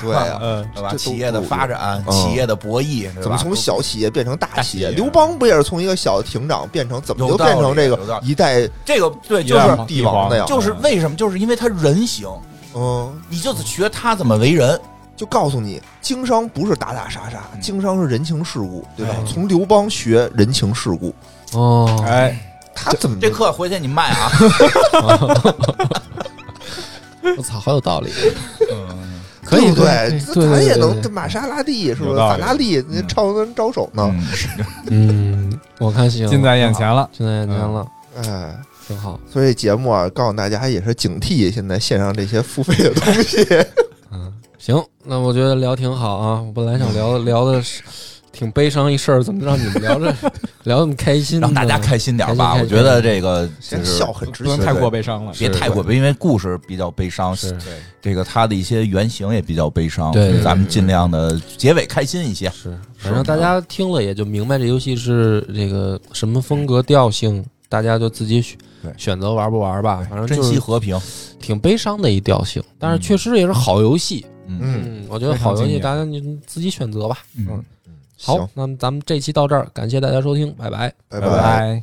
[SPEAKER 3] 对呀、
[SPEAKER 4] 嗯，
[SPEAKER 2] 嗯对吧？
[SPEAKER 3] 这
[SPEAKER 2] 啊
[SPEAKER 3] 都
[SPEAKER 2] 企业的发展，
[SPEAKER 3] 嗯
[SPEAKER 2] 企业的博弈，对吧
[SPEAKER 3] 怎么从小企业变成大
[SPEAKER 2] 大
[SPEAKER 3] 企
[SPEAKER 2] 企
[SPEAKER 3] 业？
[SPEAKER 2] 业
[SPEAKER 3] 刘邦不也是从一个小的亭长变成怎么
[SPEAKER 2] 有
[SPEAKER 3] 就
[SPEAKER 2] 道理
[SPEAKER 3] 变成这
[SPEAKER 2] 有道
[SPEAKER 3] 个
[SPEAKER 2] 理
[SPEAKER 3] 一代
[SPEAKER 2] 这个对，就是
[SPEAKER 3] 帝王的呀？
[SPEAKER 2] 就是为什么？就是因为他人行，
[SPEAKER 3] 嗯，
[SPEAKER 2] 你就得学他怎么为人，
[SPEAKER 3] 就告诉你，经商不是打打杀杀，
[SPEAKER 2] 嗯
[SPEAKER 3] 经商是人情世故，对吧
[SPEAKER 2] 哎？
[SPEAKER 3] 从刘邦学人情世故，
[SPEAKER 1] 哦，
[SPEAKER 4] 哎，
[SPEAKER 3] 他怎
[SPEAKER 1] 嗯
[SPEAKER 3] 么
[SPEAKER 2] 这课回去你卖 啊。
[SPEAKER 1] 我操，好有道理，
[SPEAKER 2] 嗯
[SPEAKER 1] 可以
[SPEAKER 3] 对不对？
[SPEAKER 1] 可以对
[SPEAKER 3] 咱
[SPEAKER 1] 对
[SPEAKER 3] 也
[SPEAKER 1] 对
[SPEAKER 3] 能
[SPEAKER 1] 对
[SPEAKER 3] 玛莎拉蒂是
[SPEAKER 4] 有
[SPEAKER 3] 吧？
[SPEAKER 4] 道
[SPEAKER 3] 法
[SPEAKER 4] 理
[SPEAKER 3] 拉利那
[SPEAKER 2] 嗯
[SPEAKER 3] 超能招手呢？
[SPEAKER 1] 嗯，我看行，
[SPEAKER 4] 近在眼前了，
[SPEAKER 1] 近在眼前了，
[SPEAKER 2] 嗯
[SPEAKER 3] 哎，
[SPEAKER 1] 挺好。
[SPEAKER 3] 所以节目啊，告诉大家也是警惕现在线上这些付费的东西。
[SPEAKER 1] 嗯，行，那我觉
[SPEAKER 2] 嗯
[SPEAKER 1] 得聊挺好啊。我本来想聊聊的是挺悲伤一事儿，怎么让你们聊着聊得那么开心呢，
[SPEAKER 2] 让大家开心点吧。
[SPEAKER 1] 开
[SPEAKER 2] 我
[SPEAKER 1] 心
[SPEAKER 2] 觉得这个
[SPEAKER 3] 这
[SPEAKER 2] 就是
[SPEAKER 3] 笑很值
[SPEAKER 4] 不能
[SPEAKER 3] 钱，
[SPEAKER 4] 太过悲伤了。
[SPEAKER 2] 别太过悲，因为故事比较悲伤，
[SPEAKER 1] 是
[SPEAKER 4] 对，
[SPEAKER 2] 这个它的一些原型也比较悲伤。
[SPEAKER 1] 对
[SPEAKER 2] 所以咱们尽量的结尾开心一些。
[SPEAKER 1] 是，反正大家听了也就明白这游戏是这个什么风格调性，大家就自己选
[SPEAKER 2] 对
[SPEAKER 1] 选择玩不玩吧。反正
[SPEAKER 2] 珍
[SPEAKER 1] 就
[SPEAKER 2] 惜
[SPEAKER 1] 是
[SPEAKER 2] 和平，
[SPEAKER 1] 挺悲伤的一调性，但是
[SPEAKER 2] 嗯
[SPEAKER 1] 确实也是好游戏。
[SPEAKER 2] 嗯
[SPEAKER 3] 嗯，
[SPEAKER 1] 嗯，我觉得
[SPEAKER 4] 非常
[SPEAKER 1] 好游
[SPEAKER 4] 经
[SPEAKER 1] 戏
[SPEAKER 4] 典
[SPEAKER 1] 大家你自己选择吧。
[SPEAKER 2] 嗯
[SPEAKER 1] 好
[SPEAKER 3] 行，
[SPEAKER 1] 那么咱们这期到这儿，感谢大家收听，拜拜。
[SPEAKER 3] 拜
[SPEAKER 4] 拜。